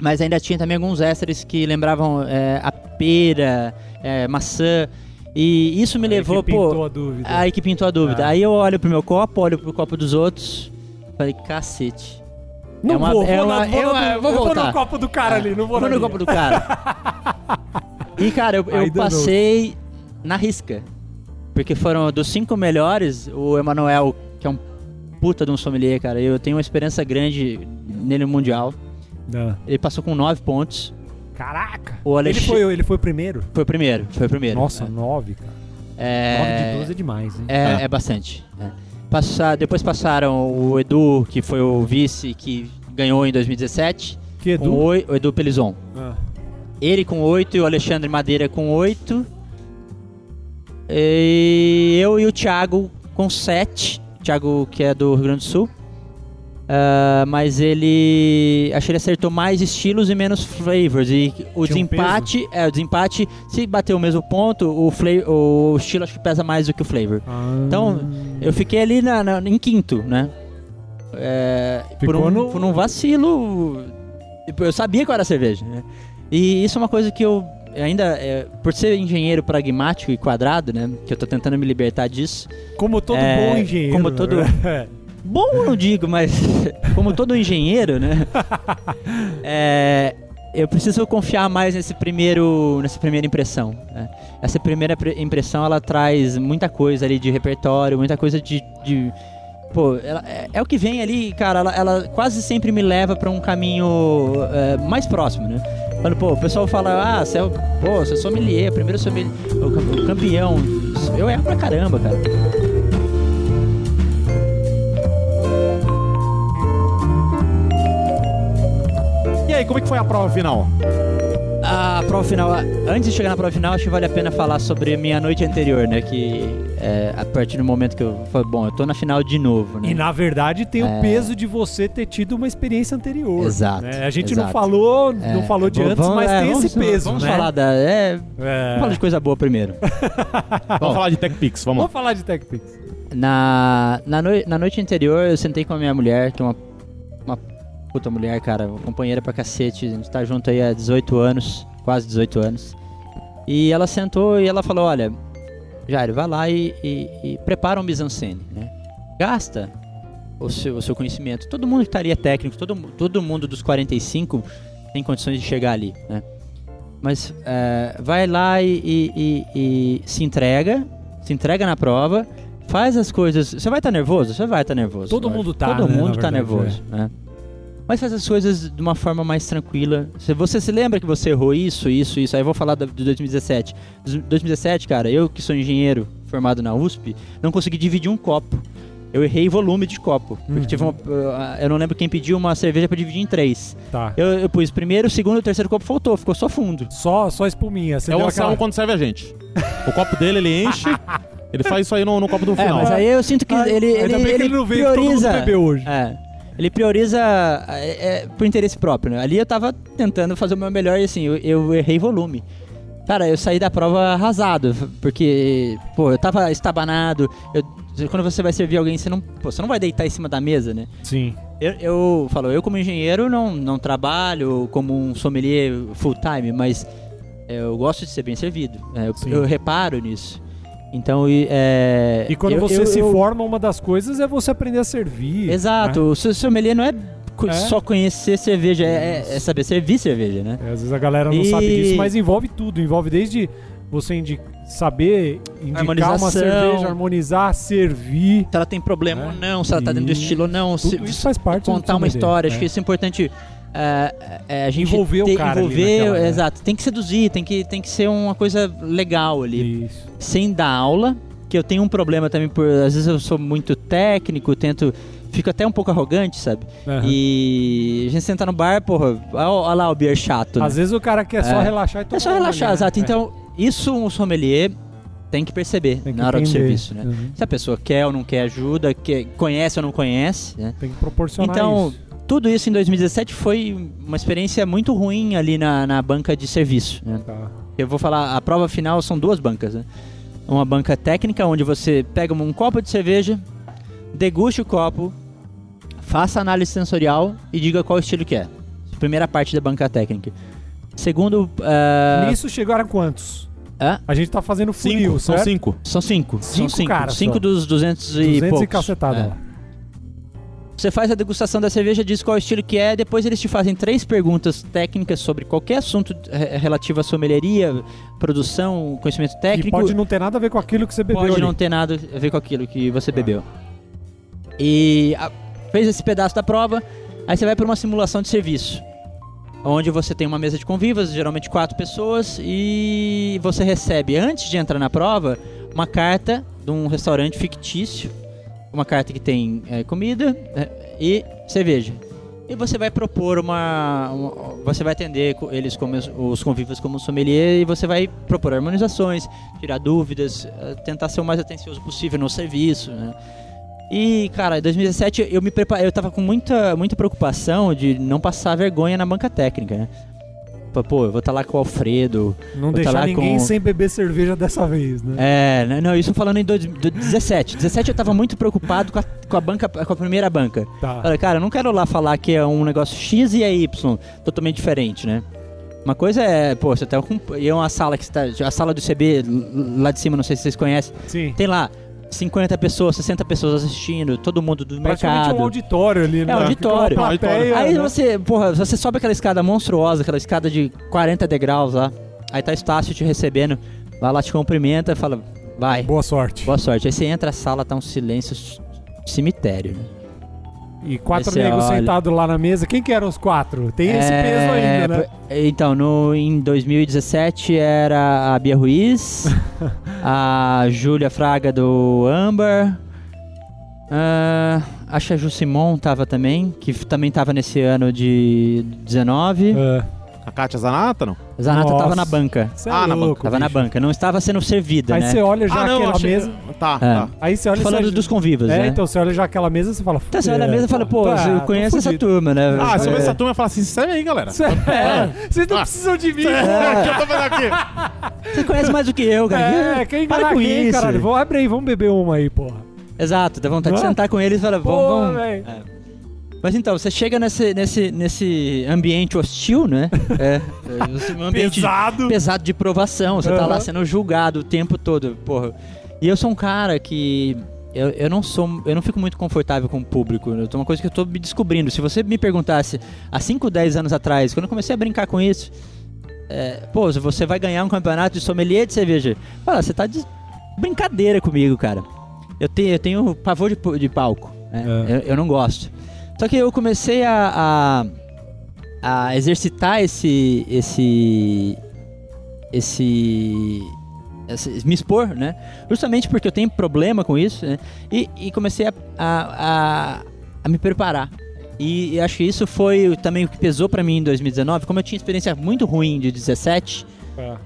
Speaker 3: Mas ainda tinha também alguns ésteres que lembravam é, a pera, é, maçã. E isso me
Speaker 2: Aí
Speaker 3: levou,
Speaker 2: que
Speaker 3: pô.
Speaker 2: pintou a dúvida.
Speaker 3: Aí que pintou a dúvida.
Speaker 2: É.
Speaker 3: Aí eu olho pro meu copo, olho pro copo dos outros. Falei, cacete.
Speaker 2: Não
Speaker 3: é uma-
Speaker 2: vou, vou,
Speaker 3: é
Speaker 2: na-
Speaker 3: uma-
Speaker 2: vou,
Speaker 3: é uma-
Speaker 2: na-
Speaker 3: eu vou
Speaker 2: eu vou no
Speaker 3: voltar. É.
Speaker 2: copo do cara ali, não vou
Speaker 3: Vou
Speaker 2: na
Speaker 3: no
Speaker 2: minha.
Speaker 3: copo do cara. E, cara, eu, eu
Speaker 2: Aí danou.
Speaker 3: passei na risca. Porque foram dos cinco melhores, o Emanuel, que é um puta de um sommelier, cara. Eu tenho uma esperança grande nele no Mundial.
Speaker 2: Não.
Speaker 3: Ele passou com nove pontos.
Speaker 2: Caraca!
Speaker 3: O
Speaker 2: Ele
Speaker 3: Alex
Speaker 2: foi, ele foi o primeiro.
Speaker 3: foi o primeiro, foi o primeiro.
Speaker 2: Nossa, nove, cara.
Speaker 3: É,
Speaker 5: 9 de 12 é demais, hein?
Speaker 3: É,
Speaker 1: Ah.
Speaker 3: é bastante. é. Passa- depois passaram o Edu, que foi o vice que ganhou em 2017,
Speaker 2: Que
Speaker 3: com
Speaker 2: Edu?
Speaker 3: oi- o Edu Pelizon.
Speaker 2: Ah,
Speaker 3: Ele com 8 e o Alexandre Madeira com 8. E eu e o Thiago com 7. Thiago que é do Rio Grande do Sul. Ah, mas ele. Acho que ele acertou mais estilos e menos flavors. E o
Speaker 5: Tinha um
Speaker 3: desempate. é, o desempate, se bater o mesmo ponto, o, fla- o estilo acho que pesa mais do que o flavor. Então,
Speaker 2: Ah.
Speaker 3: eu fiquei ali na, na- em quinto, né? É, por,
Speaker 2: Ficou
Speaker 3: um,
Speaker 2: no-
Speaker 3: por um vacilo. tipo, Eu sabia que eu era cerveja, né? E isso é uma coisa que eu ainda. é, por ser engenheiro pragmático e quadrado, né? Que eu tô tentando me libertar disso.
Speaker 2: como todo
Speaker 3: é,
Speaker 2: bom engenheiro. né? É.
Speaker 3: como
Speaker 2: na
Speaker 3: todo-
Speaker 2: verdade.
Speaker 3: Bom, eu não digo, mas como todo engenheiro, né? é, eu preciso confiar mais nesse primeiro, nessa primeira impressão. né? Essa primeira pre- impressão ela traz muita coisa ali de repertório, muita coisa de, de- pô, ela- é, é o que vem ali, cara. Ela, ela quase sempre me leva para um caminho é, mais próximo, né? Quando pô, o pessoal fala, ah, você é, o- pô, você é sommelier, primeiro sommelier, o cam- o campeão. Eu erro pra caramba, cara.
Speaker 1: E aí, como é que foi a prova final?
Speaker 3: A prova final, antes de chegar na prova final, acho que vale a pena falar sobre a minha noite anterior, né? Que é, a partir do momento que eu falei, bom, eu tô na final de novo, né?
Speaker 2: E na verdade tem o
Speaker 3: É.
Speaker 2: peso de você ter tido uma experiência anterior.
Speaker 3: Exato,
Speaker 2: né? A gente não
Speaker 3: exato.
Speaker 2: falou,
Speaker 3: É,
Speaker 2: não falou de
Speaker 3: vamos-
Speaker 2: antes, mas
Speaker 3: é,
Speaker 2: tem
Speaker 3: vamos-
Speaker 2: esse peso,
Speaker 3: Vamos
Speaker 2: né?
Speaker 3: falar da. É,
Speaker 2: É.
Speaker 3: Vamos falar de coisa boa primeiro.
Speaker 1: Ah, Vamos falar de TechPix, vamos lá.
Speaker 2: Vamos falar de TechPix.
Speaker 3: Na, na, noi- na noite anterior, eu sentei com a minha mulher, que é uma, uma puta mulher, cara, uma companheira pra cacete. A gente tá junto aí há 18 anos, quase 18 anos. E ela sentou e ela falou: Olha, Jairo, vai lá e, e- e prepara um mise-en-scène, né? Gasta o seu, o seu conhecimento. Todo mundo que estaria técnico, todo, mu- todo mundo dos 45 tem condições de chegar ali, né? Mas é, vai lá e- e- e- e se entrega, se entrega na prova, faz as coisas. Você vai estar nervoso? Você vai estar nervoso.
Speaker 2: Todo
Speaker 3: lógico.
Speaker 2: mundo tá,
Speaker 3: Todo
Speaker 2: né,
Speaker 3: mundo
Speaker 2: na
Speaker 3: tá
Speaker 2: verdade,
Speaker 3: nervoso, né? Mas faz as coisas de uma forma mais tranquila. Se você se lembra que você errou isso, isso, isso. Aí eu vou falar da- de 2017. Dos- 2017, cara, eu que sou engenheiro formado na USP, não consegui dividir um copo. Eu errei volume de copo. Porque tive uma, eh, eu não lembro quem pediu uma cerveja pra dividir em três.
Speaker 2: Tá.
Speaker 3: Eu, eu pus primeiro, segundo, terceiro copo faltou, ficou só fundo.
Speaker 2: Só, só espuminha. Você
Speaker 1: É o
Speaker 2: deu
Speaker 3: um-
Speaker 1: Anselmo
Speaker 2: aquela...
Speaker 1: quando serve a gente. O copo dele, ele enche, ele faz isso aí no, no copo do
Speaker 3: É,
Speaker 1: final.
Speaker 3: mas aí eu sinto que
Speaker 2: Ah,
Speaker 3: ele, ele,
Speaker 2: ainda bem que ele não veio, que todo mundo
Speaker 3: prioriza.
Speaker 2: bebeu hoje.
Speaker 3: É, ele prioriza é, é, por interesse próprio, né? Ali eu tava tentando fazer o meu melhor e assim, eu, eu errei volume. Cara, eu saí da prova arrasado, porque, pô, eu tava estabanado. eu- quando você vai servir alguém, você não, pô, você não vai deitar em cima da mesa, né?
Speaker 2: Sim.
Speaker 3: Eu, eu falo, eu como engenheiro não, não trabalho como um sommelier full time, mas é, eu gosto de ser bem servido. né? Eu-
Speaker 2: Sim.
Speaker 3: eu, reparo nisso. Então, e, é,
Speaker 2: E quando
Speaker 3: eu-
Speaker 2: você
Speaker 3: eu-
Speaker 2: se
Speaker 3: eu-
Speaker 2: forma, uma das coisas é você aprender a servir.
Speaker 3: Exato, o seu sommelier não é, co-
Speaker 2: É.
Speaker 3: só conhecer cerveja, é, é- é saber servir cerveja, né?
Speaker 2: né? É, Às vezes a galera não
Speaker 3: E-
Speaker 2: sabe disso, mas envolve tudo. Envolve desde você indi- saber indicar uma
Speaker 3: Harmonização.
Speaker 2: cerveja, harmonizar, servir.
Speaker 3: Se ela tem problema ou
Speaker 2: É.
Speaker 3: não, se ela tá dentro do
Speaker 2: Isso.
Speaker 3: estilo ou não, se,
Speaker 2: Tudo isso faz parte do
Speaker 3: contar uma
Speaker 2: sommelier,
Speaker 3: história, acho
Speaker 2: né?
Speaker 3: que isso é importante. é, é, a gente
Speaker 2: Envolver o
Speaker 3: ter-
Speaker 2: cara ali
Speaker 3: envolver,
Speaker 2: naquela, né?
Speaker 3: exato. Tem que seduzir, tem que, tem que ser uma coisa legal ali.
Speaker 2: Isso.
Speaker 3: sem dar aula, que eu tenho um problema também por às vezes eu sou muito técnico, tento fico até um pouco arrogante, sabe?
Speaker 2: Aham.
Speaker 3: E a gente senta no bar, porra, olha lá o beer chato. né?
Speaker 2: Às vezes o cara quer só
Speaker 3: É.
Speaker 2: relaxar e tomar
Speaker 3: é só
Speaker 2: uma,
Speaker 3: relaxar,
Speaker 2: né?
Speaker 3: exato.
Speaker 2: É.
Speaker 3: Então, isso um sommelier tem que perceber
Speaker 2: Tem que
Speaker 3: na hora do
Speaker 2: entender.
Speaker 3: serviço, né?
Speaker 2: Uhum.
Speaker 3: Se a pessoa quer ou não quer ajuda, quer, conhece ou não conhece, né?
Speaker 2: Tem que proporcionar
Speaker 3: Então,
Speaker 2: isso.
Speaker 3: tudo isso em 2017 foi uma experiência muito ruim ali na, na banca de serviço, né?
Speaker 2: Tá.
Speaker 3: Eu vou falar, a prova final são duas bancas, né? Uma banca técnica, onde você pega um copo de cerveja, deguste o copo, faça análise sensorial e diga qual estilo que é. Primeira parte da banca técnica. Segundo, ah,
Speaker 2: Nisso chegaram quantos?
Speaker 3: Hã?
Speaker 2: A gente tá fazendo
Speaker 1: cinco,
Speaker 2: funil,
Speaker 1: são
Speaker 2: certo?
Speaker 1: cinco.
Speaker 3: são cinco. são
Speaker 2: Cinco
Speaker 3: cinco.
Speaker 2: caras
Speaker 3: cinco
Speaker 2: só.
Speaker 3: dos 200 e
Speaker 2: 200 e
Speaker 3: poucos.
Speaker 2: cacetada.
Speaker 3: É.
Speaker 2: lá.
Speaker 3: Você faz a degustação da cerveja, diz qual estilo que é, depois eles te fazem três perguntas técnicas sobre qualquer assunto eh, relativo à sommelieria, produção, conhecimento
Speaker 2: E
Speaker 3: técnico.
Speaker 2: pode não ter nada a ver com aquilo que você bebeu.
Speaker 3: pode
Speaker 2: ali.
Speaker 3: não ter nada a ver com aquilo que você bebeu. ah, E a- fez esse pedaço da prova, aí você vai para uma simulação de serviço. onde você tem uma mesa de convivas, geralmente quatro pessoas, e você recebe, antes de entrar na prova, uma carta de um restaurante fictício, uma carta que tem eh, comida eh, e cerveja. E você vai propor uma, uma- Você vai atender co- eles como os- os convivas como sommelier e você vai propor harmonizações, tirar dúvidas, eh, tentar ser o mais atencioso possível no serviço, né? E, cara, em 2017 eu me preparei, eu tava com muita, muita preocupação de não passar vergonha na banca técnica, né? Pô, Pô, eu vou estar lá com o Alfredo.
Speaker 2: Não
Speaker 3: Vou tá
Speaker 2: deixar
Speaker 3: lá
Speaker 2: ninguém
Speaker 3: com-
Speaker 2: sem beber cerveja dessa vez, né?
Speaker 3: É, né, não, isso falando em 2017. 17 eu tava muito preocupado com a, com a banca, com a primeira banca.
Speaker 2: Tá.
Speaker 3: Olha, cara, eu não quero lá falar que é um negócio X e é Y, totalmente diferente, né? Uma coisa é, pô, você tá com. E é uma sala que está. A sala do CB lá de cima, não sei se vocês conhecem.
Speaker 2: Sim.
Speaker 3: Tem lá 50 pessoas, 60 pessoas assistindo, todo mundo do
Speaker 2: Praticamente é
Speaker 3: mercado.
Speaker 2: um auditório ali, né?
Speaker 3: um
Speaker 2: Fica
Speaker 3: auditório.
Speaker 2: uma plateia,
Speaker 3: Aí
Speaker 2: né?
Speaker 3: você, porra, você sobe aquela escada monstruosa, aquela escada de 40 degraus lá. Aí tá o Estácio te recebendo. Vai lá, te cumprimenta e fala, vai.
Speaker 2: Boa sorte.
Speaker 3: Boa sorte. Aí você entra a sala, tá um silêncio c- cemitério. né?
Speaker 2: E quatro
Speaker 3: Você
Speaker 2: negros
Speaker 3: é, olha.
Speaker 2: sentados lá na mesa. Quem que eram os quatro? Tem esse
Speaker 3: É,
Speaker 2: peso ainda, né?
Speaker 3: p- Então, no, em 2017 era a Bia Ruiz, a Júlia Fraga do Amber, ah, acho que a Ju Simon tava também, que f- também tava nesse ano de 19.
Speaker 2: Ah,
Speaker 1: A Kátia Zanata, não?
Speaker 3: A Zanata
Speaker 2: Nossa.
Speaker 3: tava na banca.
Speaker 2: cê é
Speaker 1: Ah, na
Speaker 2: louco,
Speaker 3: Tava na
Speaker 2: bicho.
Speaker 3: banca, não estava sendo servida,
Speaker 2: Aí
Speaker 3: né?
Speaker 2: você olha já
Speaker 1: ah, não,
Speaker 2: aquela
Speaker 1: achei...
Speaker 2: mesa.
Speaker 1: Tá,
Speaker 3: É.
Speaker 1: tá.
Speaker 2: Aí você olha
Speaker 3: Tô falando
Speaker 2: você-
Speaker 3: dos convidas,
Speaker 2: É,
Speaker 3: né?
Speaker 2: então você olha já aquela mesa e você fala.
Speaker 3: Então você olha na
Speaker 2: "Fudeu,
Speaker 3: mesa e fala, pô,
Speaker 2: tá,
Speaker 3: eu
Speaker 2: tô
Speaker 3: conheço essa
Speaker 2: fudido."
Speaker 3: turma, né?
Speaker 1: Ah, se eu
Speaker 3: É.
Speaker 1: ver essa turma, eu falar assim, sai aí, galera.
Speaker 2: Cê- é, Vocês não
Speaker 1: Ah.
Speaker 2: precisam de mim.
Speaker 1: O
Speaker 3: é
Speaker 1: que eu tô fazendo aqui?
Speaker 3: Você conhece mais do que eu, cara.
Speaker 2: É, quem
Speaker 3: Para
Speaker 2: enganar
Speaker 3: com
Speaker 2: quem,
Speaker 3: isso.
Speaker 2: caralho? Vamos, abre aí, vamos beber uma aí, porra.
Speaker 3: Exato, dá vontade de
Speaker 2: Não é?
Speaker 3: sentar com eles e falar, vamos,
Speaker 2: Pô,
Speaker 3: vamos.
Speaker 2: velho.
Speaker 3: É. Mas então, você chega nesse, nesse, nesse ambiente hostil, né? É. é, um ambiente
Speaker 2: Pesado.
Speaker 3: pesado de provação. Você tá
Speaker 2: Aham.
Speaker 3: lá sendo julgado o tempo todo, porra. E eu sou um cara que. Eu, eu não sou. Eu não fico muito confortável com o público. Eu tô uma coisa que eu tô me descobrindo. Se você me perguntasse há 5, 10 anos atrás, quando eu comecei a brincar com isso. é, pô, você vai ganhar um campeonato de sommelier de cerveja. Fala, você tá de brincadeira comigo, cara. Eu tenho, eu tenho pavor de, pu- de palco. né?
Speaker 2: É.
Speaker 3: Eu, eu não gosto. Só que eu comecei a, a, a exercitar esse, esse, esse, esse- me expor, né? Justamente porque eu tenho problema com isso, né? E, e comecei a, a, a, a me preparar. E, e acho que isso foi o- também o que pesou pra mim em 2019. Como eu tinha experiência muito ruim de 17,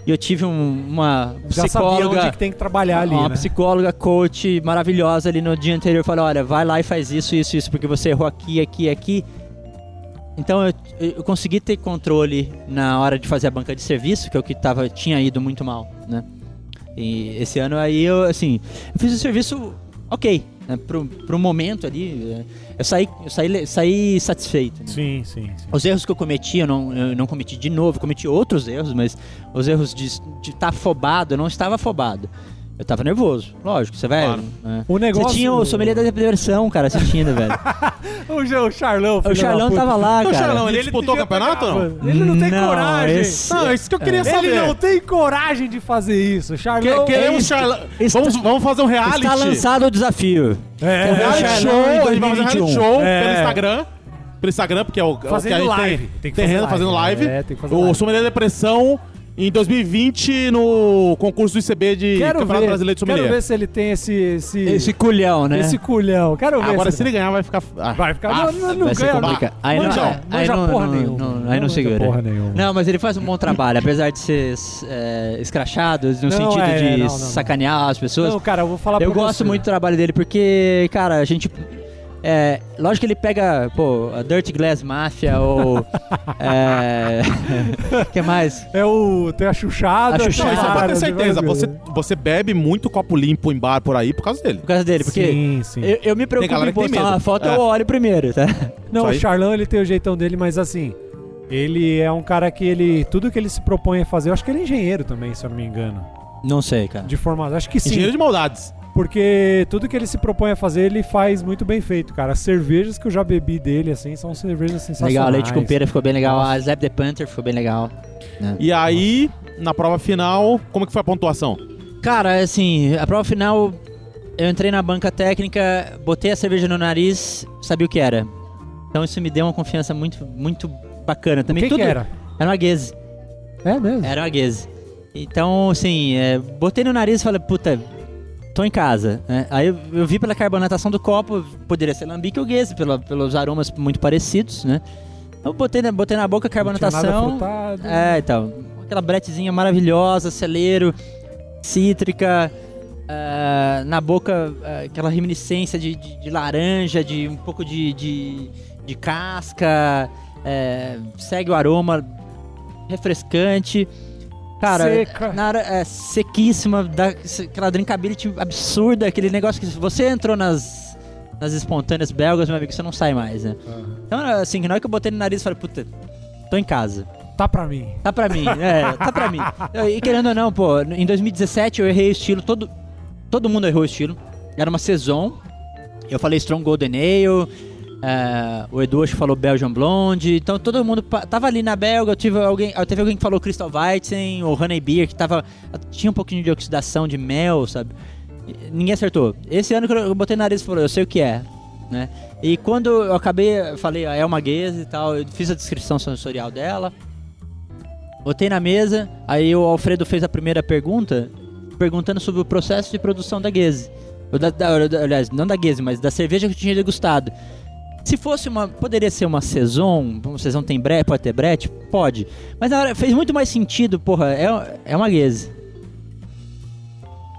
Speaker 3: e eu tive um- uma
Speaker 2: Já sabia
Speaker 3: psicóloga
Speaker 2: onde que tem que trabalhar ali,
Speaker 3: uma
Speaker 2: né?
Speaker 3: psicóloga, coach maravilhosa ali no dia anterior falou: olha, vai lá e faz isso, isso, isso, porque você errou aqui, aqui, aqui. Então eu, eu consegui ter controle na hora de fazer a banca de serviço, que é o que tava, tinha ido muito mal, né? E esse ano aí eu, assim, eu fiz o serviço ok, né? pro, pro momento ali. né? Eu saí, eu saí, le- saí satisfeito. né?
Speaker 2: Sim, sim, sim.
Speaker 3: Os erros que eu cometi, eu não, eu não cometi de novo, eu cometi outros erros, mas os erros de estar afobado, eu não estava afobado. Eu tava nervoso, lógico, você vai.
Speaker 1: Claro.
Speaker 3: né?
Speaker 2: O negócio-
Speaker 3: Você tinha o sommelier da depressão, cara, assistindo, velho.
Speaker 2: O, Ja- o Charlão, filho
Speaker 3: O
Speaker 2: da
Speaker 3: Charlão
Speaker 2: puta.
Speaker 3: tava lá, cara.
Speaker 1: O Charlão, ele, disputou o
Speaker 2: devia
Speaker 1: campeonato
Speaker 2: pegar,
Speaker 1: ou não?
Speaker 2: mano. Ele não tem
Speaker 3: Não,
Speaker 2: coragem.
Speaker 3: esse-
Speaker 1: Não, é isso que eu queria saber.
Speaker 2: Ele não tem coragem de fazer isso. Charlão.
Speaker 1: Que- Queremos
Speaker 3: Esse-
Speaker 1: Charlão.
Speaker 3: esse-
Speaker 1: Vamos, vamos fazer um reality.
Speaker 3: Está lançado o desafio.
Speaker 2: É,
Speaker 1: Um reality
Speaker 3: Charlão
Speaker 1: show.
Speaker 3: em
Speaker 1: A gente vai fazer um reality
Speaker 3: 2021.
Speaker 1: show
Speaker 2: É.
Speaker 1: pelo Instagram. Pelo Instagram, porque é o, é o
Speaker 2: Fazendo
Speaker 1: que a gente tem.
Speaker 2: live. Tem que
Speaker 1: tem
Speaker 2: fazer
Speaker 1: renda fazendo
Speaker 2: live.
Speaker 1: live.
Speaker 2: É, tem que fazer
Speaker 1: o
Speaker 2: live.
Speaker 1: Sommelier da Depressão em 2020 no concurso do ICB de
Speaker 2: Quero
Speaker 1: Campeonato
Speaker 2: ver,
Speaker 1: Brasileiro de
Speaker 2: quero
Speaker 1: Sommelier.
Speaker 2: ver se ele tem esse esse
Speaker 3: Esse culhão, né?
Speaker 2: esse culhão. Quero ver.
Speaker 1: Agora, se
Speaker 2: se
Speaker 1: ele ganhar, vai ficar. ah,
Speaker 2: vai ficar
Speaker 1: ah,
Speaker 2: não, não, não
Speaker 3: Vai ser
Speaker 2: ganha, não.
Speaker 3: complicado. Aí não,
Speaker 2: Manja-
Speaker 3: aí
Speaker 2: manja
Speaker 3: não,
Speaker 2: porra
Speaker 3: não-
Speaker 2: nenhuma.
Speaker 3: não- aí
Speaker 2: Não
Speaker 3: não,
Speaker 2: manja
Speaker 3: segura.
Speaker 2: porra nenhuma.
Speaker 3: Não, mas ele faz um bom trabalho, apesar de ser é, escrachado no
Speaker 2: Não,
Speaker 3: sentido
Speaker 2: é,
Speaker 3: de
Speaker 2: não, não, não.
Speaker 3: sacanear as pessoas.
Speaker 2: Não, cara, eu vou falar
Speaker 3: Eu
Speaker 2: pra
Speaker 3: gosto
Speaker 2: você.
Speaker 3: muito do trabalho dele porque, cara, a gente. É, lógico que ele pega, pô, a Dirty Glass Mafia ou. é. que mais?
Speaker 2: É o tem a chuchada,
Speaker 3: A
Speaker 2: tem
Speaker 1: Não,
Speaker 3: chuchada.
Speaker 1: isso eu
Speaker 2: várias,
Speaker 1: pode ter
Speaker 2: tem
Speaker 1: certeza.
Speaker 2: várias
Speaker 1: Você,
Speaker 2: coisas.
Speaker 1: você bebe muito copo limpo em bar por aí por causa dele.
Speaker 3: Por causa dele, porque.
Speaker 2: Sim, sim.
Speaker 3: Eu, eu me preocupo
Speaker 1: galera
Speaker 3: em
Speaker 1: que tem
Speaker 3: postar uma
Speaker 1: medo.
Speaker 3: foto,
Speaker 1: É.
Speaker 3: eu olho primeiro, tá?
Speaker 2: Não,
Speaker 1: Só
Speaker 2: o
Speaker 1: isso.
Speaker 2: Charlão ele tem o jeitão dele, mas assim, ele é um cara que ele. Tudo que ele se propõe a fazer, eu acho que ele é engenheiro também, se eu não me engano.
Speaker 3: Não sei, cara.
Speaker 2: De formação. Acho que sim.
Speaker 1: Engenheiro de maldades.
Speaker 2: Porque tudo que ele se propõe a fazer, ele faz muito bem feito, cara. As cervejas que eu já bebi dele, assim, são cervejas sensacionais.
Speaker 3: Legal, leite com pera ficou bem legal,
Speaker 2: Nossa.
Speaker 3: a Slap the Panther ficou bem legal. né?
Speaker 1: E aí, na prova final, como que foi a pontuação?
Speaker 3: Cara, assim, a prova final, eu entrei na banca técnica, botei a cerveja no nariz, sabia o que era. Então isso me deu uma confiança muito, muito bacana também.
Speaker 2: Quem
Speaker 3: tudo
Speaker 2: que era?
Speaker 3: Era uma Guese.
Speaker 2: É mesmo?
Speaker 3: Era uma Guese. Então, assim, é, botei no nariz e falei, puta, tô em casa. né? Aí eu, eu vi pela carbonatação do copo, poderia ser lambique ou Guese, pela- pelos aromas muito parecidos, né? Eu botei na, botei na boca a
Speaker 2: Não tinha nada
Speaker 3: carbonatação.
Speaker 2: frutado.
Speaker 3: É, então. Aquela bretezinha maravilhosa, celeiro, cítrica, ah, na boca ah, aquela reminiscência de, de- de laranja, de um pouco de, de, de casca, é, segue o aroma refrescante. Cara,
Speaker 2: Seca.
Speaker 3: na hora- é, sequíssima, dá aquela drinkability absurda, aquele negócio que se você entrou nas, nas espontâneas belgas, meu amigo, você não sai mais, né? Então, assim, na hora que eu botei no nariz, eu falei, puta, tô em casa.
Speaker 2: Tá pra mim.
Speaker 3: Tá pra mim, é, tá pra mim. E querendo ou não, pô, em 2017 eu errei o estilo, todo, todo mundo errou o estilo. Era uma saison, eu falei Strong Golden Ale, é, o Edu acho que falou Belgian Blonde, então todo mundo pa- tava ali na Belga, eu tive alguém, eu teve alguém que falou Crystal Weizen, ou Honey Beer, que tava, tinha um pouquinho de oxidação de mel, sabe? E Ninguém acertou. Esse ano que eu botei no nariz e falei, eu sei o que é, né? E quando eu acabei, eu falei, ah, é uma guesa e tal, eu fiz a descrição sensorial dela, Botei na mesa, aí o Alfredo fez a primeira pergunta, perguntando sobre o processo de produção da Guese. Ou da- da- da- aliás, não da Guese, mas da cerveja que eu tinha degustado. Se fosse uma. Poderia ser uma Saison, uma Saison tem brete, pode ter brete? Pode. Mas na hora fez muito mais sentido, porra, é, é uma Guese.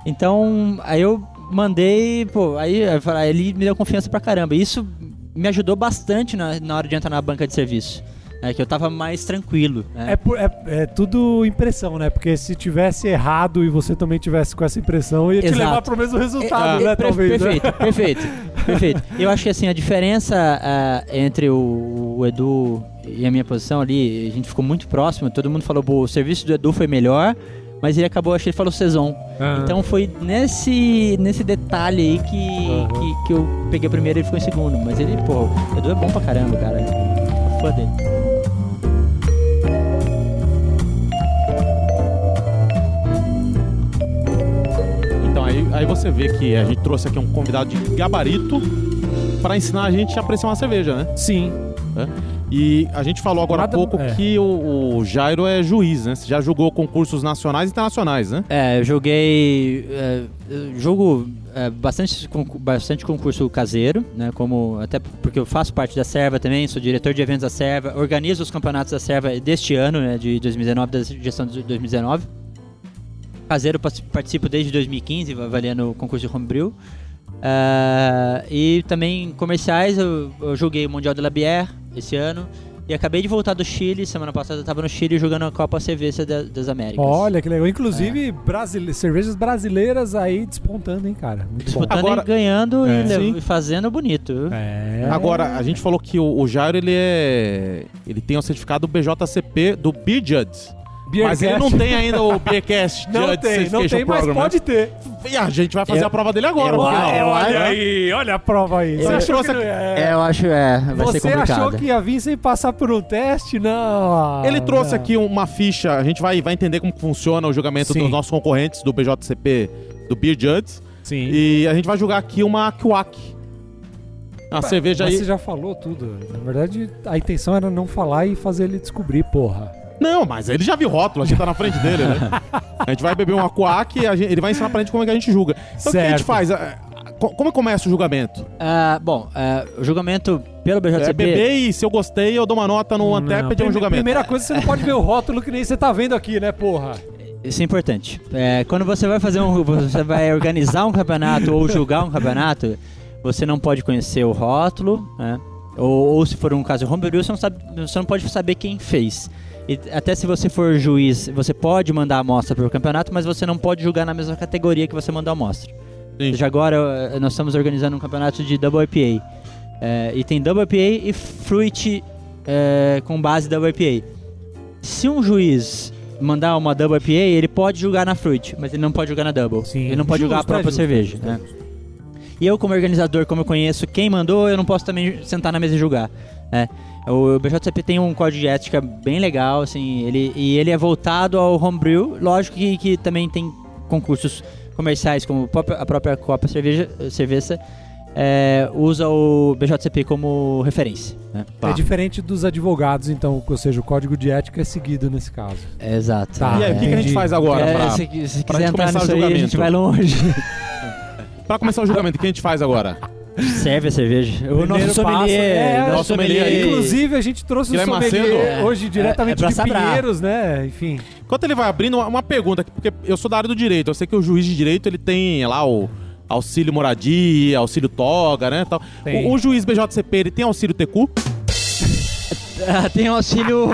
Speaker 3: Então, aí eu mandei, pô, aí eu falei, aí ele me deu confiança pra caramba. Isso me ajudou bastante na, na hora de entrar na banca de serviço. É que eu tava mais tranquilo. né?
Speaker 2: É, por- é- é tudo impressão, né? Porque se tivesse errado e você também tivesse com essa impressão, ia te
Speaker 3: Exato.
Speaker 2: levar pro mesmo resultado,
Speaker 3: É,
Speaker 2: né?
Speaker 3: é, per-
Speaker 2: Talvez. né?
Speaker 3: Perfeito, perfeito, perfeito. Eu acho que assim, a diferença ah, entre o, o Edu e a minha posição ali, a gente ficou muito próximo, todo mundo falou, "Pô, o serviço do Edu foi melhor, mas ele acabou, acho que ele falou Saison.
Speaker 2: Ah.
Speaker 1: É.
Speaker 3: Então foi nesse, nesse detalhe aí que,
Speaker 2: Aham.
Speaker 3: que, que eu peguei primeiro e ele ficou em segundo. Mas ele, pô, o Edu é bom pra caramba, cara. Sou Fã dele.
Speaker 1: Então, aí, aí você vê que a gente trouxe aqui um convidado de gabarito pra ensinar a gente a apreciar uma cerveja, né? É.
Speaker 2: Sim.
Speaker 1: E a gente falou agora
Speaker 2: Nada-
Speaker 1: há pouco
Speaker 2: é.
Speaker 1: que o, o Jairo é juiz, né? Você já julgou concursos nacionais e internacionais, né?
Speaker 3: É, eu joguei. é, eu jogo é, bastante, concu- bastante concurso caseiro, né? Como, até porque eu faço parte da Serva também, sou diretor de eventos da Serva, organizo os campeonatos da Serva deste ano, né, de 2019, da gestão de 2019. Caseiro pas- participo desde 2015, avaliando o concurso de Homebrew. Ah, e também em comerciais, eu, eu joguei o Mundial de La Bière esse ano. E acabei de voltar do Chile, semana passada eu tava no Chile jogando a Copa Cerveja da- das Américas.
Speaker 2: Olha que legal.
Speaker 3: É.
Speaker 2: Inclusive, brasile- cervejas brasileiras aí despontando, hein, cara? Muito bom.
Speaker 3: Disputando
Speaker 1: Agora-
Speaker 3: e ganhando
Speaker 2: É.
Speaker 3: e lev-
Speaker 1: Sim.
Speaker 3: e fazendo bonito.
Speaker 2: É.
Speaker 1: Agora, a gente falou que o, o Jairo, ele é... Ele tem o certificado BJCP do Bijud.
Speaker 2: Beer
Speaker 1: Mas ele
Speaker 2: Cat-
Speaker 1: não tem ainda o Beercast
Speaker 2: é Não
Speaker 1: Judge
Speaker 2: tem, não
Speaker 1: Certification
Speaker 2: tem, mas
Speaker 1: Program, né?
Speaker 2: pode ter.
Speaker 1: E a gente vai fazer
Speaker 3: Eu-
Speaker 1: a prova dele agora,
Speaker 3: eu-
Speaker 1: porque
Speaker 3: Ah,
Speaker 1: não.
Speaker 3: eu-
Speaker 2: olha aí, olha a prova aí.
Speaker 1: é um Você achou
Speaker 2: que
Speaker 1: essa-
Speaker 2: não ia-
Speaker 3: eu acho, é, vai
Speaker 2: Você achou que ia vir sem passar por um teste? Não. ah,
Speaker 1: Ele trouxe
Speaker 2: não.
Speaker 1: aqui uma ficha, a gente vai, vai entender como funciona o julgamento
Speaker 2: Sim.
Speaker 1: dos nossos concorrentes do BJCP, do Beer Judge.
Speaker 2: Sim.
Speaker 1: E a gente vai julgar aqui uma Kwak. Uma cerveja
Speaker 2: Mas
Speaker 1: aí.
Speaker 2: Ah, você já falou tudo. Na verdade, a intenção era não falar e fazer ele descobrir, porra.
Speaker 1: Não, mas ele já viu rótulo, a gente tá na frente dele, né? A gente vai beber uma Kwak e a gente- ele vai ensinar pra gente como é que a gente julga. Então o que a gente
Speaker 2: Certo.
Speaker 1: faz? Ah, ah, co- Como começa o julgamento?
Speaker 3: bom, ah, o julgamento pelo
Speaker 1: É
Speaker 3: BJCP...
Speaker 1: beber e se eu gostei, eu dou uma nota no Antep de
Speaker 2: Prime-
Speaker 1: um julgamento.
Speaker 2: Primeira coisa, você não pode ver o rótulo que nem você tá vendo aqui, né, porra?
Speaker 3: Isso é importante. É, quando você vai fazer um, você vai organizar um campeonato ou julgar um campeonato, você não pode conhecer o rótulo, né? ou, ou se for um caso homebrew, você não sabe, você não pode saber quem fez. E até se você for juiz, você pode mandar a amostra para o campeonato, mas você não pode julgar na mesma categoria que você mandou a amostra.
Speaker 1: Sim.
Speaker 3: Ou seja, agora eh, nós estamos organizando um campeonato de Double IPA. É, e tem Double IPA e Fruit eh, com base Double IPA. Se um juiz mandar uma Double IPA, ele pode julgar na Fruit, mas ele não pode julgar na Double.
Speaker 2: Sim.
Speaker 3: Ele não pode
Speaker 2: Justo,
Speaker 3: julgar a
Speaker 2: é
Speaker 3: própria
Speaker 2: justo,
Speaker 3: cerveja.
Speaker 2: justo,
Speaker 3: né? E eu, como organizador, como eu conheço quem mandou, eu não posso também sentar na mesa e julgar. né? O BJCP tem um código de ética bem legal, assim, ele, e ele é voltado ao homebrew. Lógico que, que também tem concursos comerciais, como o próprio- a própria Copa Cerveja, Cerveja é, usa o BJCP como referência. Né?
Speaker 1: Tá.
Speaker 2: É diferente dos advogados, então, ou seja, o código de ética é seguido nesse caso.
Speaker 3: Exato.
Speaker 2: Tá,
Speaker 1: e aí, o que, que a gente
Speaker 2: entendi. assim-
Speaker 1: faz agora?
Speaker 3: É,
Speaker 1: pra,
Speaker 3: se, se
Speaker 1: pra
Speaker 3: quiser
Speaker 1: gente
Speaker 3: entrar
Speaker 1: começar o
Speaker 3: nisso aí, a gente
Speaker 1: julgamento?
Speaker 3: vai longe.
Speaker 1: pra começar o julgamento, o que a gente faz agora?
Speaker 3: Serve a cerveja. O nosso
Speaker 2: Primeiro passo,
Speaker 3: sommelier.
Speaker 2: é,
Speaker 3: nosso
Speaker 1: nosso sommelier
Speaker 3: sommelier.
Speaker 1: aí.
Speaker 2: Inclusive, a gente trouxe o
Speaker 1: Guilherme
Speaker 2: sommelier
Speaker 1: Macedo.
Speaker 2: hoje diretamente
Speaker 3: é pra
Speaker 2: de
Speaker 3: Sabrá.
Speaker 2: Pinheiros, né? Enfim.
Speaker 1: Enquanto ele vai abrindo, uma- uma pergunta, porque eu sou da área do direito, eu sei que o juiz de direito ele tem lá o auxílio moradia, auxílio toga, né? Tal.
Speaker 2: Tem.
Speaker 1: O, o juiz BJCP ele tem auxílio TQ?
Speaker 3: Ah, Tem auxílio.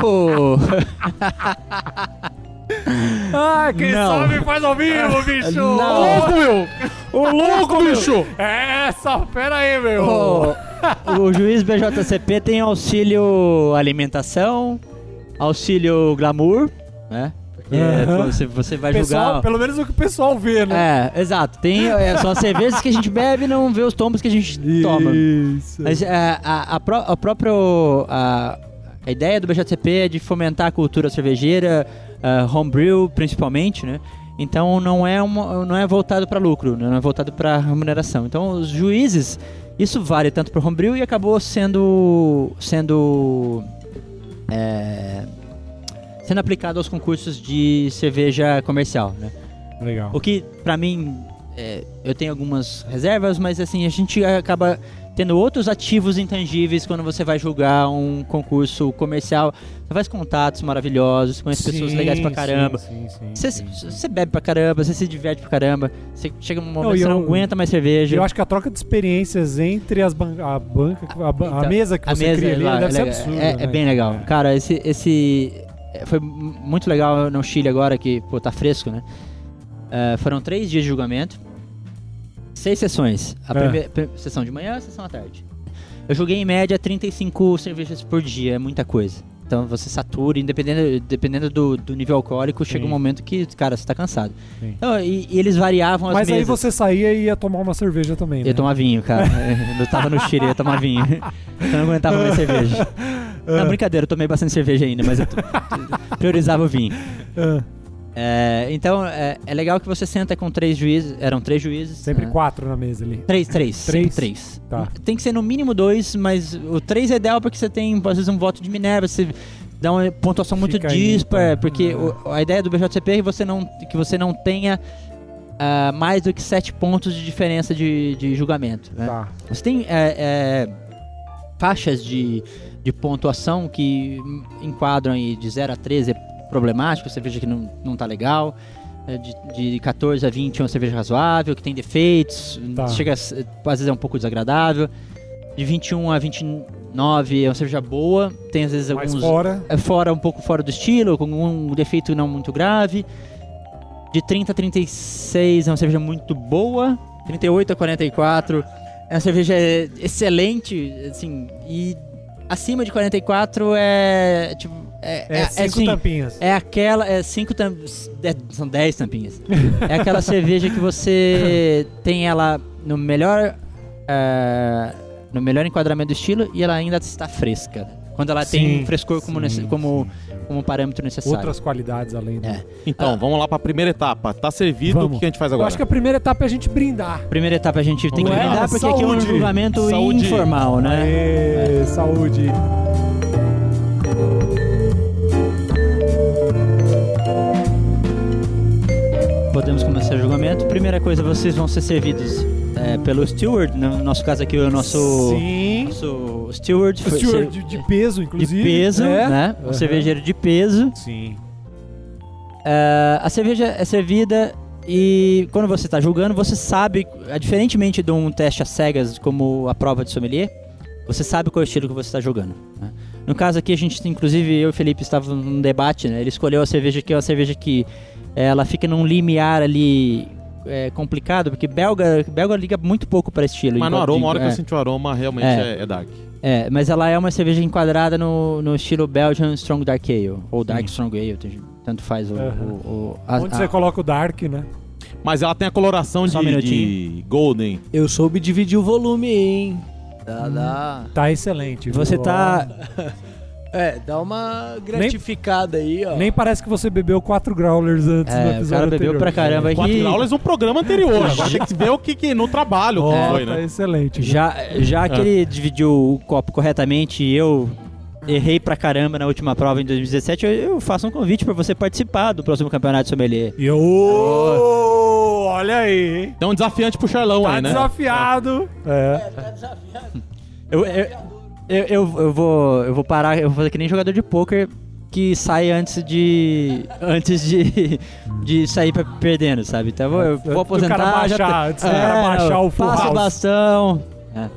Speaker 2: Ah, quem
Speaker 3: Não.
Speaker 2: sabe faz ao vivo, bicho!
Speaker 3: Não.
Speaker 1: Ô louco, bicho!
Speaker 2: É, só pera aí, meu!
Speaker 3: o, o juiz BJCP tem auxílio alimentação, auxílio glamour, né? Porque
Speaker 2: Aham.
Speaker 3: você, você vai
Speaker 2: pessoal,
Speaker 3: julgar.
Speaker 2: pelo menos o que o pessoal vê, né?
Speaker 3: É, exato. Tem é, só as cervejas que a gente bebe e não vê os tombos que a gente É, toma.
Speaker 2: Isso.
Speaker 3: Mas é, a, a, pró- a própria a, a ideia do BJCP é de fomentar a cultura cervejeira, ah, homebrew principalmente, né? Então não é, uma, não é voltado para lucro, né? não é voltado para remuneração. Então os juízes, isso vale tanto para homebrew e acabou sendo sendo é, sendo aplicado aos concursos de cerveja comercial, né?
Speaker 2: Legal.
Speaker 3: O que, pra mim, é, eu tenho algumas reservas, mas assim, a gente acaba tendo outros ativos intangíveis quando você vai julgar um concurso comercial. Você faz contatos maravilhosos, conhece pessoas
Speaker 2: Sim,
Speaker 3: legais pra
Speaker 2: sim,
Speaker 3: caramba.
Speaker 2: Sim, sim,
Speaker 3: Você,
Speaker 2: sim.
Speaker 3: você bebe pra caramba, você se diverte pra caramba. Você chega um momento
Speaker 2: Não,
Speaker 3: que
Speaker 2: e
Speaker 3: você não
Speaker 2: eu-
Speaker 3: aguenta mais cerveja.
Speaker 2: Eu acho que a troca de experiências entre as ban a banca, a, ba- a
Speaker 3: Então,
Speaker 2: mesa que você cria ali
Speaker 3: lá,
Speaker 2: deve ser
Speaker 3: legal.
Speaker 2: absurda.
Speaker 3: É, é
Speaker 2: né?
Speaker 3: bem legal. Cara, esse, esse é, foi mu- muito legal no Chile agora, que pô, tá fresco, né? É, foram três dias de julgamento, seis sessões. A
Speaker 2: É.
Speaker 3: primeira pri- sessão de manhã, a sessão à tarde. Eu joguei em média 35 cervejas por dia, é muita coisa. Então você satura, independendo, dependendo do, do nível alcoólico, chega um
Speaker 2: Sim.
Speaker 3: momento que, cara, você tá cansado.
Speaker 2: Sim.
Speaker 3: Então, e, e eles variavam as
Speaker 2: Mas aí
Speaker 3: mesas.
Speaker 2: você saía e ia tomar uma cerveja também, né?
Speaker 3: Ia tomar vinho, cara. Eu tava no Chile, ia tomar vinho. Eu não aguentava mais cerveja.
Speaker 2: Ah.
Speaker 3: Não, brincadeira, eu tomei bastante cerveja ainda, mas eu t- priorizava o vinho.
Speaker 2: Ah,
Speaker 3: É, então, é, é legal que você senta com três juízes. Eram três juízes.
Speaker 2: sempre
Speaker 3: né?
Speaker 2: quatro na mesa ali.
Speaker 3: Três, três. Três?
Speaker 2: Três?
Speaker 3: Três.
Speaker 2: Tá.
Speaker 3: Tem que ser no mínimo dois, mas o três é ideal porque você tem, às vezes, um voto de Minerva, você dá uma pontuação muito
Speaker 2: Fica aí,
Speaker 3: dispar,
Speaker 2: então.
Speaker 3: porque
Speaker 2: Ah.
Speaker 3: o- a ideia do BJCP é que você não, que você não tenha ah, mais do que sete pontos de diferença de, de julgamento. Né?
Speaker 2: Tá.
Speaker 3: Você tem é, é, faixas de, de pontuação que hum, enquadram aí de 0 a 13 é problemático, cerveja que não, não tá legal. é, De, de 14 a 20 é uma cerveja razoável, que tem defeitos,
Speaker 2: Tá.
Speaker 3: chega a ser- às vezes é um pouco desagradável. De 21 a 29 é uma cerveja boa, tem às vezes
Speaker 2: Mas
Speaker 3: alguns
Speaker 2: fora,
Speaker 3: é fora um pouco fora do estilo, com um defeito não muito grave. De 30 a 36 é uma cerveja muito boa. 38 a 44 é uma cerveja excelente, assim, e acima de 44 é tipo é,
Speaker 2: é,
Speaker 3: é- é
Speaker 2: cinco
Speaker 3: assim,
Speaker 2: tampinhas.
Speaker 3: é aquela. É cinco tam, é- São dez tampinhas. É aquela cerveja que você tem ela no melhor. eh, no melhor enquadramento do estilo e ela ainda está fresca. Quando ela tem
Speaker 2: Sim,
Speaker 3: um frescor como,
Speaker 2: sim,
Speaker 3: nesse- como, como parâmetro necessário.
Speaker 2: Outras qualidades além da...
Speaker 3: É.
Speaker 1: Então, vamos lá pra primeira etapa. Tá servido,
Speaker 2: Vamos.
Speaker 1: o que a gente faz
Speaker 2: Eu
Speaker 1: agora?
Speaker 2: acho que a primeira etapa é a gente brindar.
Speaker 3: Primeira etapa a gente tem que
Speaker 1: Vamos lá.
Speaker 3: brindar, porque aqui é um
Speaker 2: Saúde.
Speaker 3: julgamento
Speaker 1: Saúde.
Speaker 3: informal, né?
Speaker 2: Aê, saúde.
Speaker 3: Podemos começar o julgamento. Primeira coisa, vocês vão ser servidos eh, pelo steward, no nosso caso aqui, o nosso.
Speaker 2: Sim.
Speaker 3: Nosso steward. foi-
Speaker 2: Steward de, de peso, inclusive.
Speaker 3: de peso,
Speaker 2: É.
Speaker 3: né? Um
Speaker 2: Aham.
Speaker 3: cervejeiro de peso.
Speaker 2: Sim.
Speaker 3: Ah, a cerveja é servida e quando você está julgando, você sabe, ah, diferentemente de um teste a cegas como a prova de sommelier, você sabe qual é o estilo que você está julgando. né? No caso aqui, a gente, inclusive, eu e o Felipe estavam num debate, né? Ele escolheu a cerveja que é uma cerveja que eh, ela fica num limiar ali eh, complicado, porque belga, belga liga muito pouco para estilo.
Speaker 1: Mas no
Speaker 3: enquanto-
Speaker 1: aroma, a hora que
Speaker 3: é.
Speaker 1: eu senti o aroma, realmente
Speaker 3: É.
Speaker 1: é, é dark.
Speaker 3: É, mas ela é uma cerveja enquadrada no, no estilo Belgian Strong Dark Ale, ou Dark Strong Ale, tem- tanto faz o...
Speaker 2: Aham.
Speaker 3: o- o- a-
Speaker 2: Onde
Speaker 3: a-
Speaker 2: você coloca o Dark, né?
Speaker 1: Mas ela tem a coloração de,
Speaker 3: Só um minutinho.
Speaker 1: de golden.
Speaker 4: Eu soube
Speaker 2: Hum.
Speaker 4: dividir o volume, hein? Dá, dá.
Speaker 2: Tá excelente.
Speaker 3: Você
Speaker 2: viu?
Speaker 3: tá...
Speaker 4: É, dá uma gratificada aí, ó.
Speaker 2: Nem parece que você bebeu 4 growlers antes do
Speaker 3: É,
Speaker 2: episódio
Speaker 3: o cara bebeu
Speaker 2: anterior.
Speaker 3: pra caramba
Speaker 1: Quatro
Speaker 3: aqui.
Speaker 1: aulas é um programa anterior. Agora tem que ver o que, que no trabalho
Speaker 2: Ó,
Speaker 1: foi,
Speaker 2: tá
Speaker 1: né?
Speaker 2: excelente. viu?
Speaker 3: Já, já que
Speaker 2: Ah.
Speaker 3: ele dividiu o copo corretamente e eu errei pra caramba na última prova em 2017, eu, eu faço um convite pra você participar do próximo campeonato sommelier.
Speaker 2: E eu... Olha aí, hein?
Speaker 1: Então, desafiante pro Charlão
Speaker 2: Tá
Speaker 1: aí, né?
Speaker 2: desafiado. É.
Speaker 3: Eu, eu, eu, eu- eu vou, eu vou parar, eu vou fazer que nem jogador de pôquer que sai antes de. antes de, de sair pra- perdendo, sabe? Então eu vou, eu
Speaker 2: Antes do
Speaker 3: vou aposentar.
Speaker 2: cara baixar,
Speaker 3: já, tá- É,
Speaker 2: antes do cara baixar o full
Speaker 3: Passa
Speaker 2: house.
Speaker 3: o bastão. É,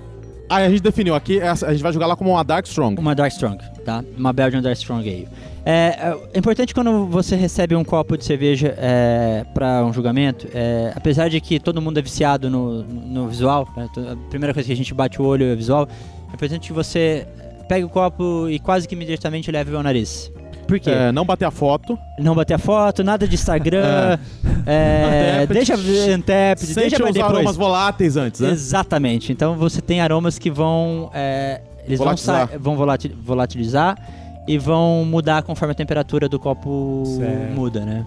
Speaker 1: Aí a gente definiu aqui, essa- a gente vai jogar lá como uma Dark Strong.
Speaker 3: uma Dark Strong, tá? Uma Belgian Dark Strong aí. É, é importante quando você recebe um copo de cerveja é, para um julgamento, é, apesar de que todo mundo é viciado no, no visual, né? To- a primeira coisa que a gente bate o olho é visual, é importante que você pegue o copo e quase que imediatamente leve ao nariz. Por quê?
Speaker 1: É, não bater a foto.
Speaker 3: Não bater a foto, nada de Instagram, é,
Speaker 1: Antep.
Speaker 3: deixa Antep,
Speaker 1: Sente
Speaker 3: deixa pra
Speaker 1: os
Speaker 3: depois.
Speaker 1: aromas voláteis antes, né?
Speaker 3: Exatamente. Então você tem aromas que vão. é, eles
Speaker 1: Volatilizar.
Speaker 3: vão, sa- vão volati- volatilizar e vão mudar conforme a temperatura do copo
Speaker 2: Certo.
Speaker 3: muda, né?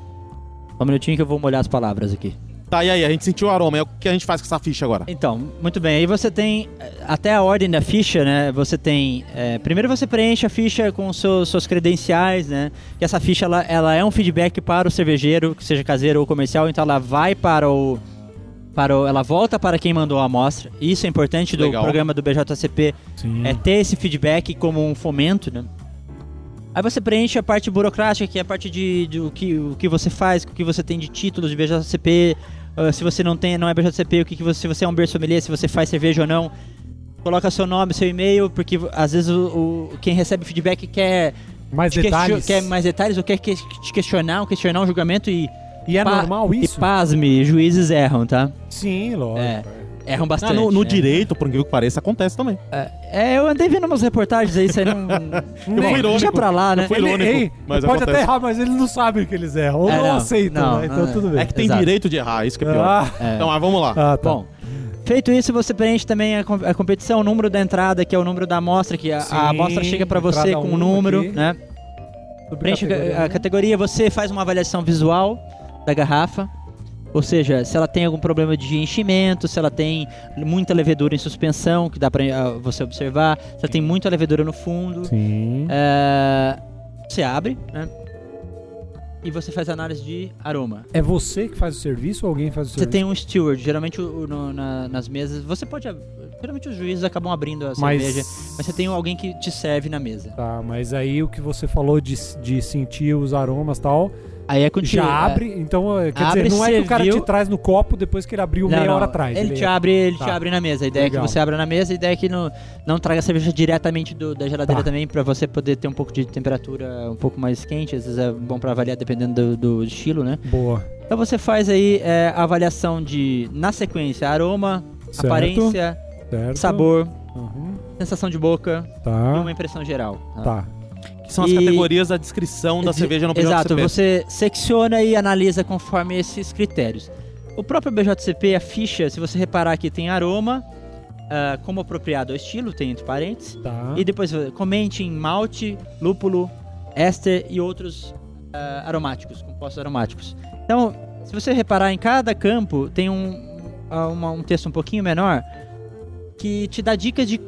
Speaker 3: Só Um minutinho que eu vou molhar as palavras aqui.
Speaker 1: Tá, e aí? A gente sentiu o aroma. E o que a gente faz com essa ficha agora?
Speaker 3: Então, muito bem. Aí você tem, eh, até a ordem da ficha, né? Você tem. eh, primeiro você preenche a ficha com seus, seus credenciais, né? Que essa ficha ela, ela é um feedback para o cervejeiro, que seja caseiro ou comercial, então ela vai para o. Para o ela volta para quem mandou a amostra. Isso é importante do
Speaker 1: Legal.
Speaker 3: programa do BJCP
Speaker 2: Sim.
Speaker 3: é ter esse feedback como um fomento, né? Aí você preenche a parte burocrática, que é a parte de, de o, que, o que você faz, o que você tem de títulos de BJCP, ah, se você não tem, não é BJCP, o que, que você, se você é um beer sommelier, se você faz cerveja ou não. Coloca seu nome, seu e-mail, porque às vezes o, o- quem recebe feedback quer,
Speaker 2: É. Mais
Speaker 3: te question-
Speaker 2: detalhes.
Speaker 3: quer mais detalhes ou quer que- te questionar, ou questionar um julgamento e,
Speaker 2: E é
Speaker 3: pa-
Speaker 2: normal
Speaker 3: e
Speaker 2: isso?
Speaker 3: pasme, juízes erram, tá?
Speaker 2: Sim, lógico.
Speaker 3: É. Erram
Speaker 1: Ah,
Speaker 3: bastante.
Speaker 1: no, no
Speaker 3: né?
Speaker 1: direito, por incrível que pareça, acontece também.
Speaker 3: É, eu andei vendo umas reportagens aí, isso aí não.
Speaker 1: Eu fui irônico.
Speaker 3: Deixa pra lá, né?
Speaker 1: Eu fui
Speaker 2: Ele,
Speaker 1: irônico,
Speaker 2: ei,
Speaker 1: mas
Speaker 2: pode
Speaker 1: acontece.
Speaker 2: até errar, mas eles não sabem que eles erram. Ou
Speaker 3: É,
Speaker 2: não,
Speaker 3: não,
Speaker 2: aceitam,
Speaker 3: não,
Speaker 2: né? Então
Speaker 3: não,
Speaker 2: tudo bem.
Speaker 1: É que tem
Speaker 3: Exato.
Speaker 1: direito de errar, isso que é pior.
Speaker 2: Ah,
Speaker 3: É.
Speaker 1: Então, mas vamos lá.
Speaker 2: ah, tá.
Speaker 3: Bom, feito isso, você preenche também a, com- a competição, o número da entrada, que é o número da amostra, que a, a
Speaker 2: Sim,
Speaker 3: amostra chega pra você
Speaker 2: entrada
Speaker 3: com
Speaker 2: um
Speaker 3: um número,
Speaker 2: aqui.
Speaker 3: né? Preenche
Speaker 2: Subcategoria,
Speaker 3: a,
Speaker 2: né?
Speaker 3: a categoria, você faz uma avaliação visual da garrafa, ou seja, se ela tem algum problema de enchimento, se ela tem muita levedura em suspensão, que dá pra ah, você observar, se ela tem muita levedura no fundo.
Speaker 2: Sim.
Speaker 3: É, você abre, né? E você faz análise de aroma.
Speaker 2: É você que faz o serviço ou alguém faz o
Speaker 3: Você
Speaker 2: serviço?
Speaker 3: tem um steward, geralmente o- o- no- na- nas mesas. Você pode. ab- Geralmente os juízes acabam abrindo a cerveja,
Speaker 2: mas...
Speaker 3: mas você tem um alguém que te serve na mesa.
Speaker 2: Tá, mas aí o que você falou de, de sentir os aromas e tal,
Speaker 3: Aí é contigo.
Speaker 2: já
Speaker 3: é.
Speaker 2: abre, então é, quer
Speaker 3: Abre,
Speaker 2: dizer, não é que o cara te
Speaker 3: serviu.
Speaker 2: traz no copo depois que ele abriu
Speaker 3: Não,
Speaker 2: meia
Speaker 3: não,
Speaker 2: hora atrás.
Speaker 3: Ele, te abre, ele
Speaker 2: Tá.
Speaker 3: te abre na mesa. A ideia é
Speaker 2: Legal.
Speaker 3: que você abra na mesa, a ideia é que não, não traga a cerveja diretamente do- da geladeira
Speaker 2: Tá.
Speaker 3: também, pra você poder ter um pouco de temperatura um pouco mais quente. Às vezes é bom pra avaliar dependendo do, do estilo, né?
Speaker 2: Boa.
Speaker 3: Então você faz aí é, a avaliação de, na sequência, aroma,
Speaker 2: Certo,
Speaker 3: aparência,
Speaker 2: certo.
Speaker 3: sabor,
Speaker 2: Uhum,
Speaker 3: sensação de boca e
Speaker 2: Tá,
Speaker 3: uma impressão geral. tá?
Speaker 2: tá.
Speaker 1: Que são as
Speaker 3: E-
Speaker 1: categorias da descrição da
Speaker 3: Ex-
Speaker 1: cerveja no
Speaker 3: Exato,
Speaker 1: BJCP.
Speaker 3: você secciona e analisa conforme esses critérios. O próprio BJCP, a ficha, se você reparar aqui, tem aroma, ah, como apropriado ao estilo, tem entre parênteses.
Speaker 2: Tá.
Speaker 3: E depois eh, comente em malte, lúpulo, éster e outros ah, aromáticos, compostos aromáticos. Então, se você reparar em cada campo, tem um, ah, uma- um texto um pouquinho menor que te dá dicas de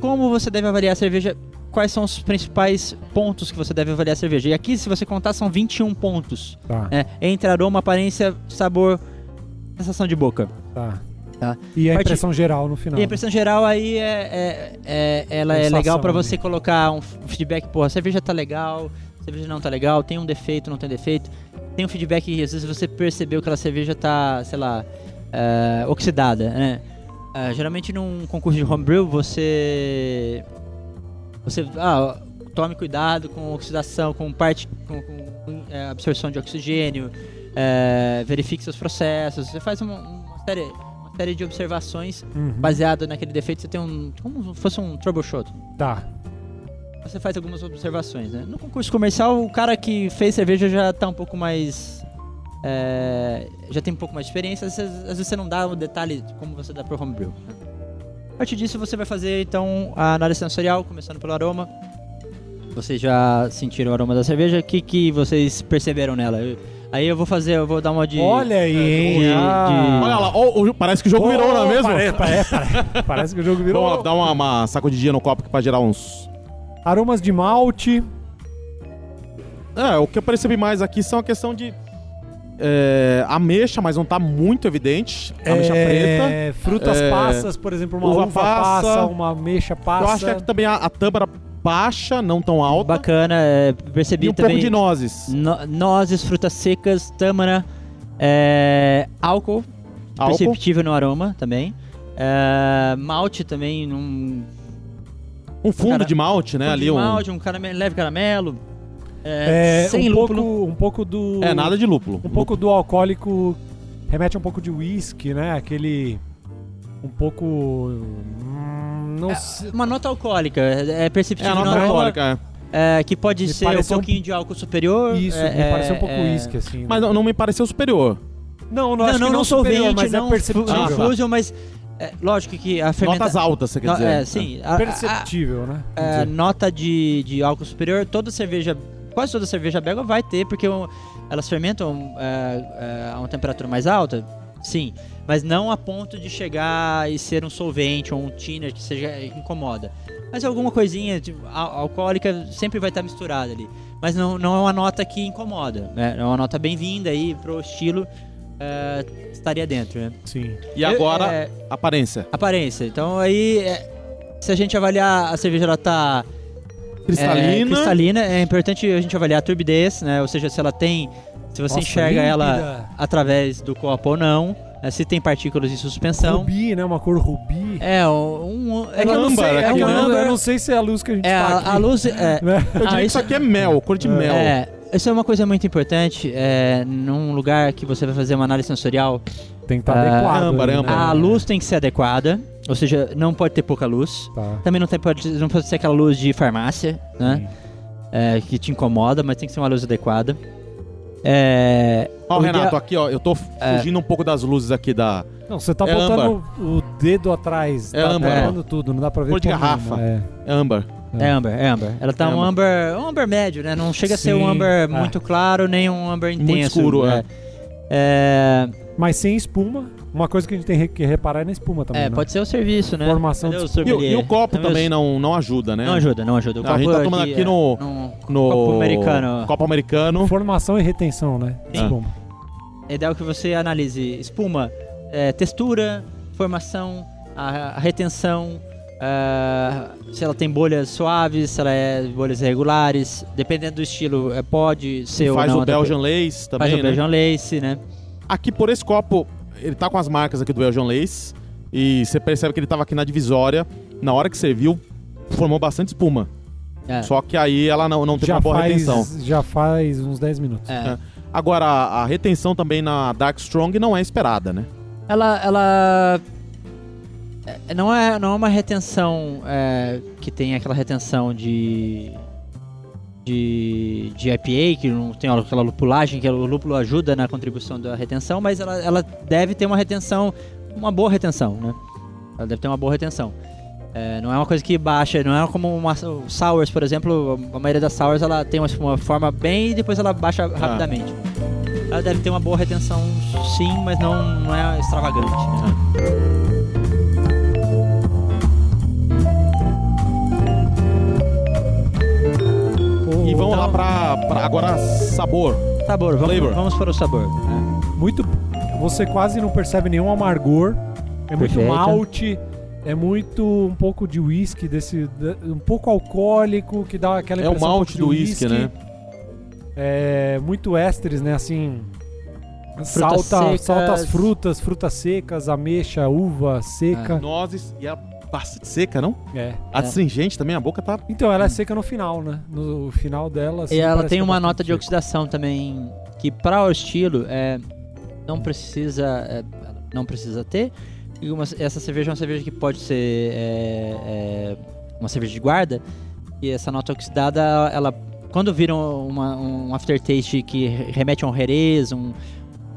Speaker 3: como você deve avaliar a cerveja, quais são os principais pontos que você deve avaliar a cerveja. E aqui, se você contar, são 21 pontos.
Speaker 2: Tá,
Speaker 3: né? Entre aroma, aparência, sabor, sensação de boca.
Speaker 2: tá.
Speaker 3: Tá.
Speaker 2: E a
Speaker 3: Parte-
Speaker 2: impressão geral no final. né?
Speaker 3: E a impressão geral aí é, é- é- ela é
Speaker 2: Sensação,
Speaker 3: legal pra
Speaker 2: né?
Speaker 3: você colocar um f- feedback, porra, a cerveja tá legal, a cerveja não tá legal, tem um defeito, não tem defeito. Tem um feedback que às vezes você percebeu que aquela cerveja tá, sei lá, é, oxidada, né? Ah, geralmente num concurso de homebrew você você ah, tome cuidado com oxidação, com parte com, com, é, absorção de oxigênio, é, verifique seus processos, você faz uma, uma série uma série de observações
Speaker 2: Uhum,
Speaker 3: baseado naquele defeito, você tem um. Como se fosse um troubleshoot.
Speaker 2: Tá.
Speaker 3: Você faz algumas observações, né? No concurso comercial, o cara que fez cerveja já tá um pouco mais. é, já tem um pouco mais de experiência, às vezes, às vezes você não dá o detalhe como você dá pro homebrew. né? A partir disso, você vai fazer então a análise sensorial, começando pelo aroma. Vocês já sentiram o aroma da cerveja? O que, que vocês perceberam nela? Eu- aí eu vou fazer, eu vou dar uma de.
Speaker 2: Olha aí, hein?
Speaker 3: de-
Speaker 2: Ah.
Speaker 1: Olha lá, ó, o- parece que o jogo virou, não é mesmo?
Speaker 2: Parece, parece, parece que o jogo virou.
Speaker 1: Vamos lá, dá um- uma, uma sacudidinha no copo aqui pra gerar uns.
Speaker 2: Aromas de malte.
Speaker 1: É, o que eu percebi mais aqui são a questão de. É, ameixa, mas não tá muito evidente. Ameixa preta.
Speaker 2: é, Frutas
Speaker 1: É,
Speaker 2: passas, por exemplo, uma
Speaker 1: uva
Speaker 2: uva,
Speaker 1: passa,
Speaker 2: passa, uma ameixa passa.
Speaker 1: Eu acho que aqui também a, a tâmara baixa, não tão alta.
Speaker 3: Bacana, é, percebi
Speaker 1: e um
Speaker 3: também. um
Speaker 1: pouco de nozes.
Speaker 3: no- nozes, frutas secas, tâmara, é, álcool,
Speaker 1: Álcool. um
Speaker 3: perceptível no aroma também. É, malte também, um
Speaker 1: Um fundo
Speaker 3: Cara,
Speaker 1: de malte, né?
Speaker 3: fundo
Speaker 1: ali
Speaker 3: de
Speaker 1: um.
Speaker 3: malte, um carame- leve caramelo, é,
Speaker 2: É,
Speaker 3: sem
Speaker 2: um
Speaker 3: lúpulo.
Speaker 2: Pouco, um pouco do.
Speaker 1: É, nada de lúpulo.
Speaker 2: Um pouco do alcoólico remete a um pouco de whisky, né? Aquele. Um pouco. hum, Não sei.
Speaker 3: Uma nota alcoólica, é é
Speaker 1: É
Speaker 3: perceptível
Speaker 1: a
Speaker 3: no
Speaker 1: nota
Speaker 3: aroma,
Speaker 1: alcoólica, é.
Speaker 3: é, que pode
Speaker 2: Me
Speaker 3: ser um
Speaker 2: pareceu um-
Speaker 3: pouquinho de álcool superior.
Speaker 2: Isso,
Speaker 3: é,
Speaker 2: me
Speaker 3: é,
Speaker 2: pareceu um pouco
Speaker 3: é,
Speaker 2: whisky, assim.
Speaker 1: Mas não, não me pareceu superior.
Speaker 2: não, não,
Speaker 3: Não,
Speaker 2: acho
Speaker 3: não,
Speaker 2: que
Speaker 3: não
Speaker 2: não superior,
Speaker 3: solvente,
Speaker 2: mas
Speaker 3: não
Speaker 2: é perceptível.
Speaker 1: Ah,
Speaker 3: fu-
Speaker 1: tá.
Speaker 3: fusion, mas é, lógico que a fermentação...
Speaker 1: Notas altas, você quer dizer?
Speaker 3: É, sim.
Speaker 1: Ah,
Speaker 3: a- a- a-
Speaker 2: Perceptível, né?
Speaker 3: É, nota de, de álcool superior, toda cerveja, quase toda cerveja belga vai ter, porque um- elas fermentam é, é, a uma temperatura mais alta, sim, mas não a ponto de chegar e ser um solvente ou um thinner que seja que incomoda. Mas alguma coisinha tipo, al- alcoólica sempre vai estar misturada ali. Mas não, não é uma nota que incomoda, né? É uma nota bem-vinda aí pro estilo é, estaria dentro, né?
Speaker 2: Sim.
Speaker 1: E
Speaker 3: Eu-
Speaker 1: agora,
Speaker 3: é,
Speaker 1: aparência.
Speaker 3: aparência. Então aí, é, se a gente avaliar a cerveja, ela tá... É,
Speaker 1: Cristalina.
Speaker 3: cristalina. É importante a gente avaliar a turbidez, né? Ou seja, se ela tem. Se você
Speaker 2: Nossa,
Speaker 3: enxerga
Speaker 2: límpida.
Speaker 3: ela através do copo ou não. né? Se tem partículas em suspensão.
Speaker 2: Rubi, né? Uma cor rubi.
Speaker 3: É, um. um- Então- É que eu não
Speaker 1: Âmbar
Speaker 3: sei. É
Speaker 1: aqui,
Speaker 3: um
Speaker 1: né?
Speaker 2: eu
Speaker 3: âmbar.
Speaker 2: não sei se é a luz que a gente
Speaker 3: É,
Speaker 2: tá
Speaker 3: a,
Speaker 2: aqui.
Speaker 3: a luz. É,
Speaker 2: né?
Speaker 1: Eu diria
Speaker 3: Ah,
Speaker 1: que
Speaker 3: isso-
Speaker 1: isso aqui é mel, cor de mel.
Speaker 3: é, isso é uma coisa muito importante. É, num lugar que você vai fazer uma análise sensorial,
Speaker 2: Tem que estar
Speaker 3: Ah,
Speaker 2: adequado.
Speaker 1: âmbar,
Speaker 2: ali, né?
Speaker 1: âmbar.
Speaker 3: a luz tem que ser adequada. Ou seja, não pode ter pouca luz.
Speaker 2: Tá.
Speaker 3: Também não, tem, pode, não pode ser aquela luz de farmácia, né? É, que te incomoda, mas tem que ser uma luz adequada. É,
Speaker 1: Ó,
Speaker 3: o É.
Speaker 1: Renato,
Speaker 3: ideal-
Speaker 1: aqui, ó, eu tô fugindo um pouco das luzes aqui da.
Speaker 2: Não, você tá
Speaker 1: É
Speaker 2: botando o dedo atrás.
Speaker 1: É
Speaker 2: tá
Speaker 1: âmbar,
Speaker 2: tapando tudo, não dá pra ver.
Speaker 1: Cor de
Speaker 2: porra
Speaker 1: garrafa.
Speaker 2: nenhuma, é.
Speaker 1: É âmbar.
Speaker 3: É amber, é amber. Ela tá um amber, um amber médio, né? Não chega a ser um
Speaker 2: Sim,
Speaker 3: amber
Speaker 2: é.
Speaker 3: muito claro, nem um amber
Speaker 1: Ah. Muito
Speaker 3: intenso.
Speaker 1: escuro, é.
Speaker 3: É,
Speaker 2: Mas sem espuma. Uma coisa que a gente tem re- que reparar é na espuma também.
Speaker 3: é,
Speaker 2: né?
Speaker 3: pode ser o serviço, né?
Speaker 2: Formação
Speaker 1: E,
Speaker 2: de
Speaker 3: Cadê o
Speaker 1: o-
Speaker 3: sommelier?
Speaker 1: e o copo
Speaker 3: Cadê
Speaker 1: também
Speaker 3: os-
Speaker 1: não, não ajuda, né?
Speaker 3: não ajuda, não ajuda. O
Speaker 1: A
Speaker 3: copo
Speaker 1: gente tá tomando aqui
Speaker 3: é,
Speaker 1: no-
Speaker 3: num
Speaker 1: No
Speaker 3: copo americano.
Speaker 1: Copo americano.
Speaker 2: Formação e retenção, né?
Speaker 1: Sim.
Speaker 2: Espuma.
Speaker 3: É ideal que você analise espuma, é, textura, formação, a, a retenção, ah, se ela tem bolhas suaves, se ela é bolhas regulares, dependendo do estilo, é, pode ser ou
Speaker 1: faz
Speaker 3: não. né?
Speaker 1: o Belgian Lace
Speaker 3: Faz
Speaker 1: também.
Speaker 3: o
Speaker 1: né?
Speaker 3: Belgian Lace, né?
Speaker 1: Aqui por esse copo, ele tá com as marcas aqui do Belgian Lace. E você percebe que ele tava aqui na divisória. Na hora que você viu, formou bastante espuma.
Speaker 3: É.
Speaker 1: Só que aí ela não, não teve
Speaker 2: Já
Speaker 1: uma boa retenção.
Speaker 2: faz, já faz uns 10 minutos.
Speaker 3: É.
Speaker 1: É. Agora, a a retenção também na Dark Strong não é esperada, né?
Speaker 3: Ela, ela é, não é não é uma retenção é, que tem aquela retenção de de, de IPA que não tem aquela lupulagem que o lúpulo ajuda na contribuição da retenção, mas ela, ela deve ter uma retenção uma boa retenção, né? Ela deve ter uma boa retenção. É, não é uma coisa que baixa, não é como uma o sours, por exemplo, a maioria das sours ela tem uma, uma forma bem e depois ela baixa rapidamente. Ela deve ter uma boa retenção, sim, mas não, não é extravagante. né?
Speaker 1: E vamos
Speaker 3: então-
Speaker 1: lá pra, pra agora sabor.
Speaker 3: Sabor,
Speaker 1: Flavor.
Speaker 3: vamos, vamos para o sabor. né?
Speaker 2: Muito. Você quase não percebe nenhum amargor. É muito
Speaker 3: Perfeito.
Speaker 2: malte. É muito um pouco de whisky, desse, da- um pouco alcoólico, que dá aquela
Speaker 1: É o
Speaker 2: impressão um
Speaker 1: malte do
Speaker 2: pouco de
Speaker 1: uísque, né?
Speaker 2: É muito ésteres, né? Assim. salta,
Speaker 3: secas.
Speaker 2: salta as frutas, frutas secas, ameixa, uva
Speaker 1: Ah,
Speaker 2: seca.
Speaker 1: Nozes e a bastante seca, não?
Speaker 2: É.
Speaker 1: A astringente também, a boca tá.
Speaker 2: Então, ela é seca no final, né? No final dela. assim,
Speaker 3: E ela
Speaker 2: parece
Speaker 3: tem
Speaker 2: que é
Speaker 3: uma
Speaker 2: bastante
Speaker 3: nota de
Speaker 2: seca.
Speaker 3: oxidação também que para o estilo é, não precisa é, não precisa ter. E uma- essa cerveja é uma cerveja que pode ser é, é, uma cerveja de guarda e essa nota oxidada ela quando vira uma- um aftertaste que remete a um herês, um, uma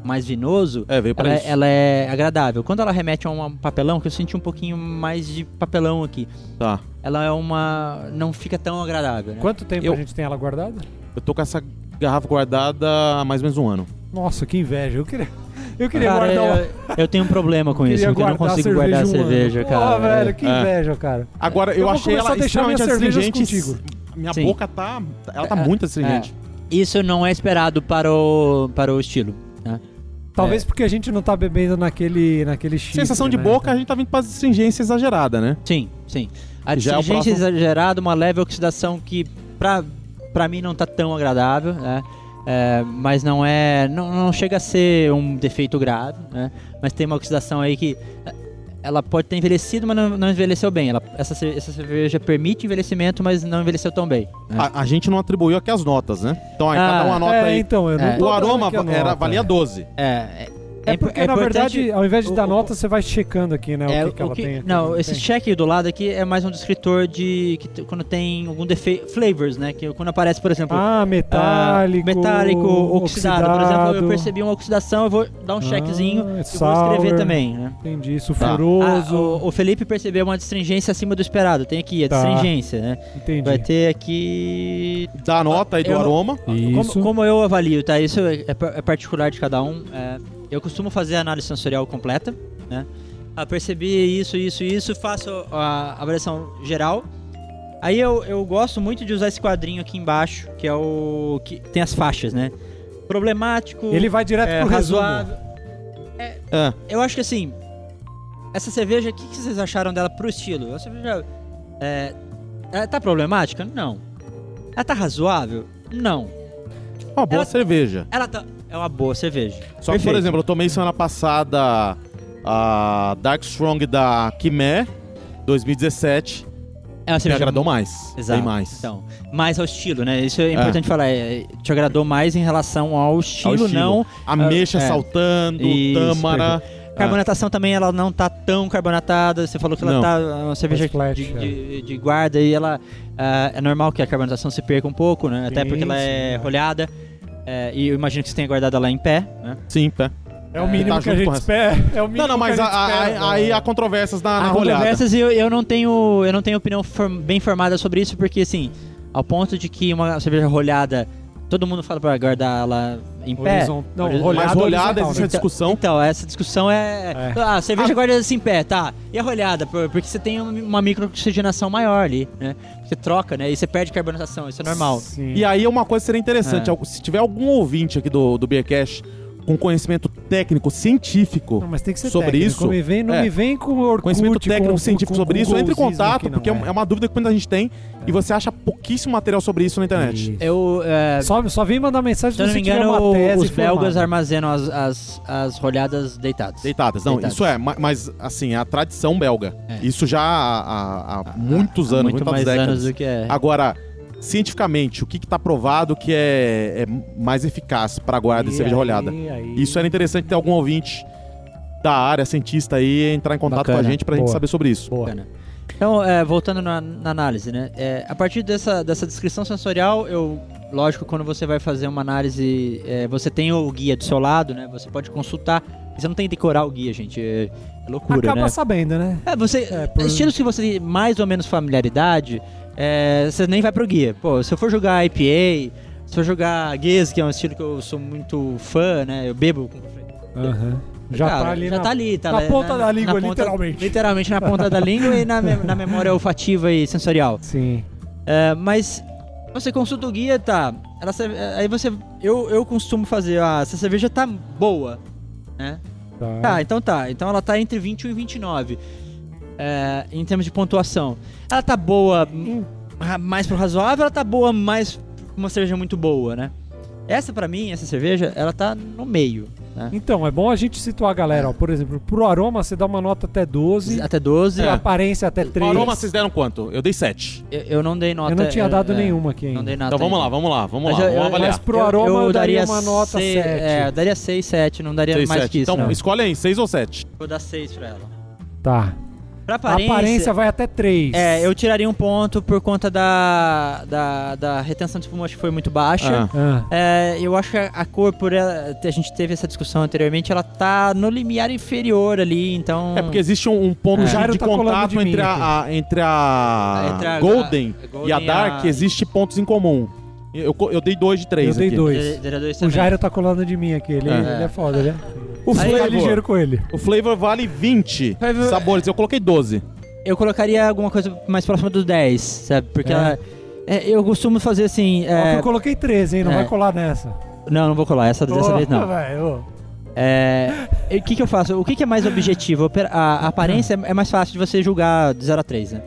Speaker 3: mais vinoso,
Speaker 1: É, veio pra
Speaker 3: ela,
Speaker 1: isso.
Speaker 3: ela é agradável. Quando ela remete a um papelão, que eu senti um pouquinho mais de papelão aqui,
Speaker 1: Tá.
Speaker 3: ela é uma. não fica tão agradável. Né?
Speaker 2: Quanto tempo
Speaker 1: Eu-
Speaker 2: a gente tem ela guardada?
Speaker 1: Eu tô com essa garrafa guardada há mais ou menos um ano.
Speaker 2: Nossa, que inveja. Eu queria, eu queria
Speaker 3: Cara,
Speaker 2: guardar uma...
Speaker 3: eu, eu tenho um problema com isso,
Speaker 2: queria
Speaker 3: porque eu não
Speaker 2: guardar
Speaker 3: consigo
Speaker 2: cerveja
Speaker 3: guardar a
Speaker 2: um ano.
Speaker 3: cerveja,
Speaker 2: Pô,
Speaker 3: cara.
Speaker 2: velho, que
Speaker 1: É.
Speaker 2: inveja, cara.
Speaker 1: Agora, eu,
Speaker 2: Eu vou
Speaker 1: achei
Speaker 2: começar
Speaker 1: ela
Speaker 2: a deixar minhas
Speaker 1: extremamente
Speaker 2: cervejas
Speaker 1: astringente. Minha
Speaker 3: Sim. É,
Speaker 1: boca tá. Ela tá muito astringente.
Speaker 3: Isso não é esperado para o, para o estilo. né?
Speaker 2: Talvez porque a gente não tá bebendo naquele, naquele chifre,
Speaker 1: Sensação de
Speaker 2: né?
Speaker 1: boca, a gente tá vindo pra astringência exagerada, né?
Speaker 3: Sim, sim. A
Speaker 1: Já é o
Speaker 3: astringência
Speaker 1: próximo-
Speaker 3: exagerada, uma leve oxidação que pra, pra mim não tá tão agradável, né? É, mas não é. Não, não chega a ser um defeito grave, né? Mas tem uma oxidação aí que. é, Ela pode ter envelhecido, mas não, não envelheceu bem. Ela, essa, ce- essa cerveja permite envelhecimento, mas não envelheceu tão bem. né?
Speaker 1: A, a gente não atribuiu aqui as notas, né? Então, aí,
Speaker 3: Ah,
Speaker 1: cada uma nota
Speaker 2: é,
Speaker 1: aí.
Speaker 2: então, eu não
Speaker 3: É.
Speaker 2: tô
Speaker 1: O
Speaker 2: dando
Speaker 1: aroma
Speaker 2: aqui a
Speaker 1: era,
Speaker 2: nota.
Speaker 1: valia 12.
Speaker 3: É, é,
Speaker 2: É porque, na
Speaker 3: importante-
Speaker 2: verdade, ao invés de
Speaker 3: o-
Speaker 2: dar
Speaker 3: o-
Speaker 2: nota, você vai checando aqui, né?
Speaker 3: É,
Speaker 2: o que, que ela tem. aqui,
Speaker 3: não, esse
Speaker 2: tem.
Speaker 3: check do lado aqui é mais um descritor de que t- quando tem algum defeito. Flavors, né? Que quando aparece, por exemplo.
Speaker 2: Ah,
Speaker 3: ah,
Speaker 2: metálico.
Speaker 3: metálico, oxidado. Por exemplo, eu
Speaker 2: oxidado.
Speaker 3: percebi uma oxidação, eu vou dar um
Speaker 2: Ah,
Speaker 3: checkzinho e vou
Speaker 2: sour.
Speaker 3: escrever também, né?
Speaker 2: Entendi,
Speaker 3: Ah,
Speaker 2: sulfuroso.
Speaker 3: o, o Felipe percebeu uma distringência acima do esperado. Tem aqui, a
Speaker 2: Tá.
Speaker 3: distringência, né?
Speaker 2: Entendi.
Speaker 3: Vai ter aqui.
Speaker 1: Da nota aí do
Speaker 3: eu não-
Speaker 1: aroma.
Speaker 2: Isso.
Speaker 3: Como, como eu avalio, tá? Isso é, é par- é particular de cada um. é, eu costumo fazer a análise sensorial completa, né? Ah, percebi isso, isso, isso, faço a avaliação geral. Aí eu, eu gosto muito de usar esse quadrinho aqui embaixo, que é o. que tem as faixas, né? Problemático.
Speaker 2: Ele vai direto
Speaker 3: é,
Speaker 2: pro resumo.
Speaker 3: razoável.
Speaker 1: É.
Speaker 3: Eu acho que assim. Essa cerveja, o que, que vocês acharam dela pro estilo? A cerveja. É, ela tá problemática? Não. Ela tá razoável? Não.
Speaker 1: Uma boa
Speaker 3: Ela-
Speaker 1: cerveja.
Speaker 3: Ela tá. É uma boa cerveja.
Speaker 1: Só que, por
Speaker 3: Perfeito.
Speaker 1: exemplo, eu tomei semana passada a Dark Strong da Kimé 2017.
Speaker 3: É uma
Speaker 1: Me
Speaker 3: cerveja.
Speaker 1: agradou mais.
Speaker 3: Exato.
Speaker 1: Bem mais.
Speaker 3: Então, mais ao estilo, né? Isso é importante falar. é, te agradou mais em relação ao estilo,
Speaker 1: Ao estilo.
Speaker 3: não.
Speaker 1: Ameixa
Speaker 3: É.
Speaker 1: saltando,
Speaker 3: Isso,
Speaker 1: tâmara.
Speaker 3: Carbonatação também, ela não tá tão carbonatada. Você falou que ela
Speaker 1: Não.
Speaker 3: tá é uma cerveja
Speaker 2: Mais flat,
Speaker 3: de,
Speaker 2: é.
Speaker 3: de- de guarda e ela. ah, é normal que a carbonatação se perca um pouco, né? Até
Speaker 2: Sim,
Speaker 3: porque ela
Speaker 2: sim,
Speaker 3: é
Speaker 2: é.
Speaker 3: rolhada. é, e eu imagino que você tenha guardado ela em pé, né?
Speaker 1: Sim, pé.
Speaker 2: É o mínimo
Speaker 1: Tá
Speaker 2: que a
Speaker 1: junto
Speaker 2: gente
Speaker 1: com essa.
Speaker 2: espera. É o mínimo
Speaker 1: Não, não, mas
Speaker 2: que a gente
Speaker 1: a- a-
Speaker 2: espera,
Speaker 1: a-
Speaker 2: né?
Speaker 1: aí há controvérsias na, na
Speaker 3: Há
Speaker 1: rolhada.
Speaker 3: controvérsias e eu, eu não tenho eu não tenho opinião form- bem formada sobre isso porque assim ao ponto de que uma cerveja rolhada todo mundo fala pra guardar ela em pé
Speaker 2: Horizon- não,
Speaker 3: Horizon-
Speaker 2: rolhada
Speaker 1: Mas rolhada
Speaker 2: horizontal,
Speaker 1: existe
Speaker 2: né?
Speaker 1: a discussão.
Speaker 3: então essa discussão é,
Speaker 2: É.
Speaker 3: Ah, a cerveja
Speaker 1: Ah.
Speaker 3: guarda assim em pé tá e a rolhada Por- porque você tem um- uma microoxigenação maior ali né você troca né e você perde carbonatação isso é normal
Speaker 2: né? Sim.
Speaker 1: E aí uma coisa seria interessante.
Speaker 3: É.
Speaker 1: algu- Se tiver algum ouvinte aqui do, do Beercast com conhecimento técnico, científico,
Speaker 2: Não, mas tem que ser
Speaker 1: sobre
Speaker 2: técnico.
Speaker 1: isso,
Speaker 2: Não me vem, não
Speaker 1: é.
Speaker 2: me vem com Orkut,
Speaker 1: conhecimento técnico,
Speaker 2: com-
Speaker 1: científico
Speaker 2: com-
Speaker 1: sobre
Speaker 2: com
Speaker 1: isso, entre em
Speaker 2: Googlezismo
Speaker 1: contato,
Speaker 2: que não
Speaker 1: porque é. uma dúvida que muita gente tem e você acha pouquíssimo material sobre isso na internet.
Speaker 2: Isso.
Speaker 3: eu é,
Speaker 2: Só, só vim mandar mensagem
Speaker 3: se eu não
Speaker 2: se
Speaker 3: me
Speaker 2: tiver
Speaker 3: engano
Speaker 2: uma tese
Speaker 3: os belgas
Speaker 2: formada.
Speaker 3: armazenam as, as, as rolhadas deitadas
Speaker 1: Deitadas, não,
Speaker 3: Deitadas.
Speaker 1: isso é, ma- mas assim, é a tradição belga.
Speaker 3: É.
Speaker 1: Isso já há, há- há muitos
Speaker 3: Há
Speaker 1: anos,
Speaker 3: muito
Speaker 1: muitas
Speaker 3: mais
Speaker 1: décadas.
Speaker 3: anos do que é
Speaker 1: Agora, cientificamente, o que está provado que é, é mais eficaz para guarda de
Speaker 2: E
Speaker 1: cerveja
Speaker 2: aí,
Speaker 1: rolhada?
Speaker 2: aí-
Speaker 1: Isso é era interessante ter algum ouvinte da área, cientista aí, entrar em contato
Speaker 3: Bacana,
Speaker 1: com a gente pra gente
Speaker 2: boa.
Speaker 1: saber sobre isso.
Speaker 2: Boa.
Speaker 3: Bacana. Então, é, voltando na, na análise, né? É, a partir dessa, dessa descrição sensorial, eu, lógico, quando você vai fazer uma análise, é, você tem o guia do seu lado, né? Você pode consultar. Você não tem que decorar o guia, gente. É, é loucura,
Speaker 2: Acaba
Speaker 3: né?
Speaker 2: sabendo, né?
Speaker 3: É, você,
Speaker 2: É, por-
Speaker 3: Estilos que você tem mais ou menos familiaridade, é, você nem vai pro guia. Pô, se eu for jogar IPA, se eu jogar Guiz, que é um estilo que eu sou muito fã, né? Eu bebo com
Speaker 2: Aham. Já
Speaker 3: Cara,
Speaker 2: tá ali
Speaker 3: já
Speaker 2: na...
Speaker 3: tá ali, tá
Speaker 2: na
Speaker 3: lá-
Speaker 2: ponta da língua,
Speaker 3: ponta-
Speaker 2: literalmente.
Speaker 3: Literalmente na ponta da língua e na, me- na memória olfativa e sensorial.
Speaker 2: Sim.
Speaker 3: É, mas você consulta o guia, tá? Ela, se- aí você. Eu, eu costumo fazer, ah, essa cerveja tá boa, né?
Speaker 2: Tá.
Speaker 1: Ah,
Speaker 3: Tá, então tá. Então ela tá entre 21 e 29. é, em termos de pontuação. Ela tá boa hum, ra- mais pro razoável, ela tá boa mais pra uma cerveja muito boa, né? Essa pra mim, essa cerveja, ela tá no meio, né?
Speaker 2: Então, é bom a gente situar a galera. Ó, por exemplo, pro aroma você dá uma nota até 12,
Speaker 3: Até 12.
Speaker 2: pra aparência até 3.
Speaker 1: O aroma vocês deram quanto? Eu dei 7.
Speaker 3: Eu, eu não dei nota.
Speaker 2: Eu não tinha dado
Speaker 3: é,
Speaker 2: nenhuma aqui ainda.
Speaker 3: Não dei nota.
Speaker 1: Então vamos lá,
Speaker 3: ainda.
Speaker 1: vamos lá, vamos
Speaker 3: Mas
Speaker 1: lá,
Speaker 3: eu-
Speaker 1: vamos
Speaker 3: eu-
Speaker 1: avaliar.
Speaker 2: Mas pro aroma eu, daria uma nota
Speaker 3: seis-
Speaker 2: 7.
Speaker 3: É, eu daria 6, 7, não daria
Speaker 1: Seis,
Speaker 3: mais
Speaker 1: sete.
Speaker 3: que Então isso.
Speaker 1: então,
Speaker 3: não.
Speaker 1: escolhem 6 ou 7.
Speaker 3: Vou dar 6 pra ela.
Speaker 2: Tá.
Speaker 3: Pra
Speaker 2: A
Speaker 3: aparência.
Speaker 2: aparência vai até 3.
Speaker 3: É, eu tiraria um ponto por conta da, da, da retenção de espuma, acho que foi muito baixa.
Speaker 2: Ah,
Speaker 3: É, eu acho que a, a cor, por ela, a gente teve essa discussão anteriormente, ela tá no limiar inferior ali, então.
Speaker 1: É porque existe um, um ponto
Speaker 2: Ah. O
Speaker 1: de-
Speaker 2: Jairo
Speaker 1: de
Speaker 2: tá colando
Speaker 1: contato
Speaker 2: de mim
Speaker 1: entre, a, a- entre a
Speaker 3: Entre a-
Speaker 1: Golden
Speaker 3: a- a
Speaker 1: e a
Speaker 3: Golden
Speaker 1: Dark,
Speaker 3: e a-
Speaker 1: existe pontos em comum. Eu, co- eu dei dois de três
Speaker 2: eu dei
Speaker 1: aqui.
Speaker 2: dois.
Speaker 3: Vereadores
Speaker 2: O
Speaker 3: também.
Speaker 2: Jairo tá colando de mim aqui. Ele
Speaker 1: É.
Speaker 2: ele é, foda, ele é.
Speaker 1: O
Speaker 2: Aí tá
Speaker 1: flavor,
Speaker 2: ligeiro com ele.
Speaker 1: o flavor vale 20
Speaker 3: Flavor-
Speaker 1: sabores, eu coloquei 12.
Speaker 3: Eu colocaria alguma coisa mais próxima do 10, sabe? Porque
Speaker 2: É.
Speaker 3: ela- é, eu costumo fazer assim.
Speaker 2: Ó,
Speaker 3: é,
Speaker 2: que eu coloquei 13, hein? Não
Speaker 3: é.
Speaker 2: vai colar nessa.
Speaker 3: Não, não vou colar, essa dessa
Speaker 2: Ô,
Speaker 3: vez não.
Speaker 2: velho, ô.
Speaker 3: É, e O que, que eu faço? O que, que é mais objetivo? Opera- A, a aparência é mais fácil de você julgar de 0 a 3, né?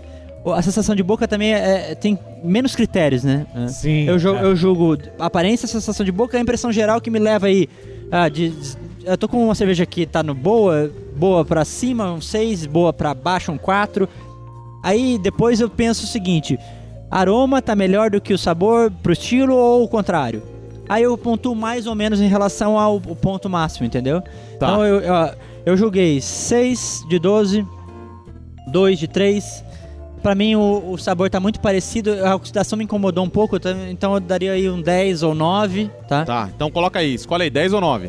Speaker 3: O- A sensação de boca também é- é- tem menos critérios, né? É.
Speaker 2: Sim.
Speaker 3: Eu, ju-
Speaker 2: é.
Speaker 3: eu julgo a aparência, a sensação de boca, a impressão geral que me leva aí. ah, de- de- eu tô com uma cerveja que tá no boa, boa pra cima, um 6, boa pra baixo, um 4. Aí depois eu penso o seguinte: aroma tá melhor do que o sabor pro estilo ou o contrário? Aí eu pontuo mais ou menos em relação ao ao ponto máximo, entendeu?
Speaker 1: Tá.
Speaker 3: Então eu, ó, eu julguei 6 de 12, 2 de 3. Pra mim o, o sabor tá muito parecido, a oxidação me incomodou um pouco, tá? então eu daria aí um 10 ou 9, tá?
Speaker 1: Tá, então coloca aí, escolhe aí 10 ou 9.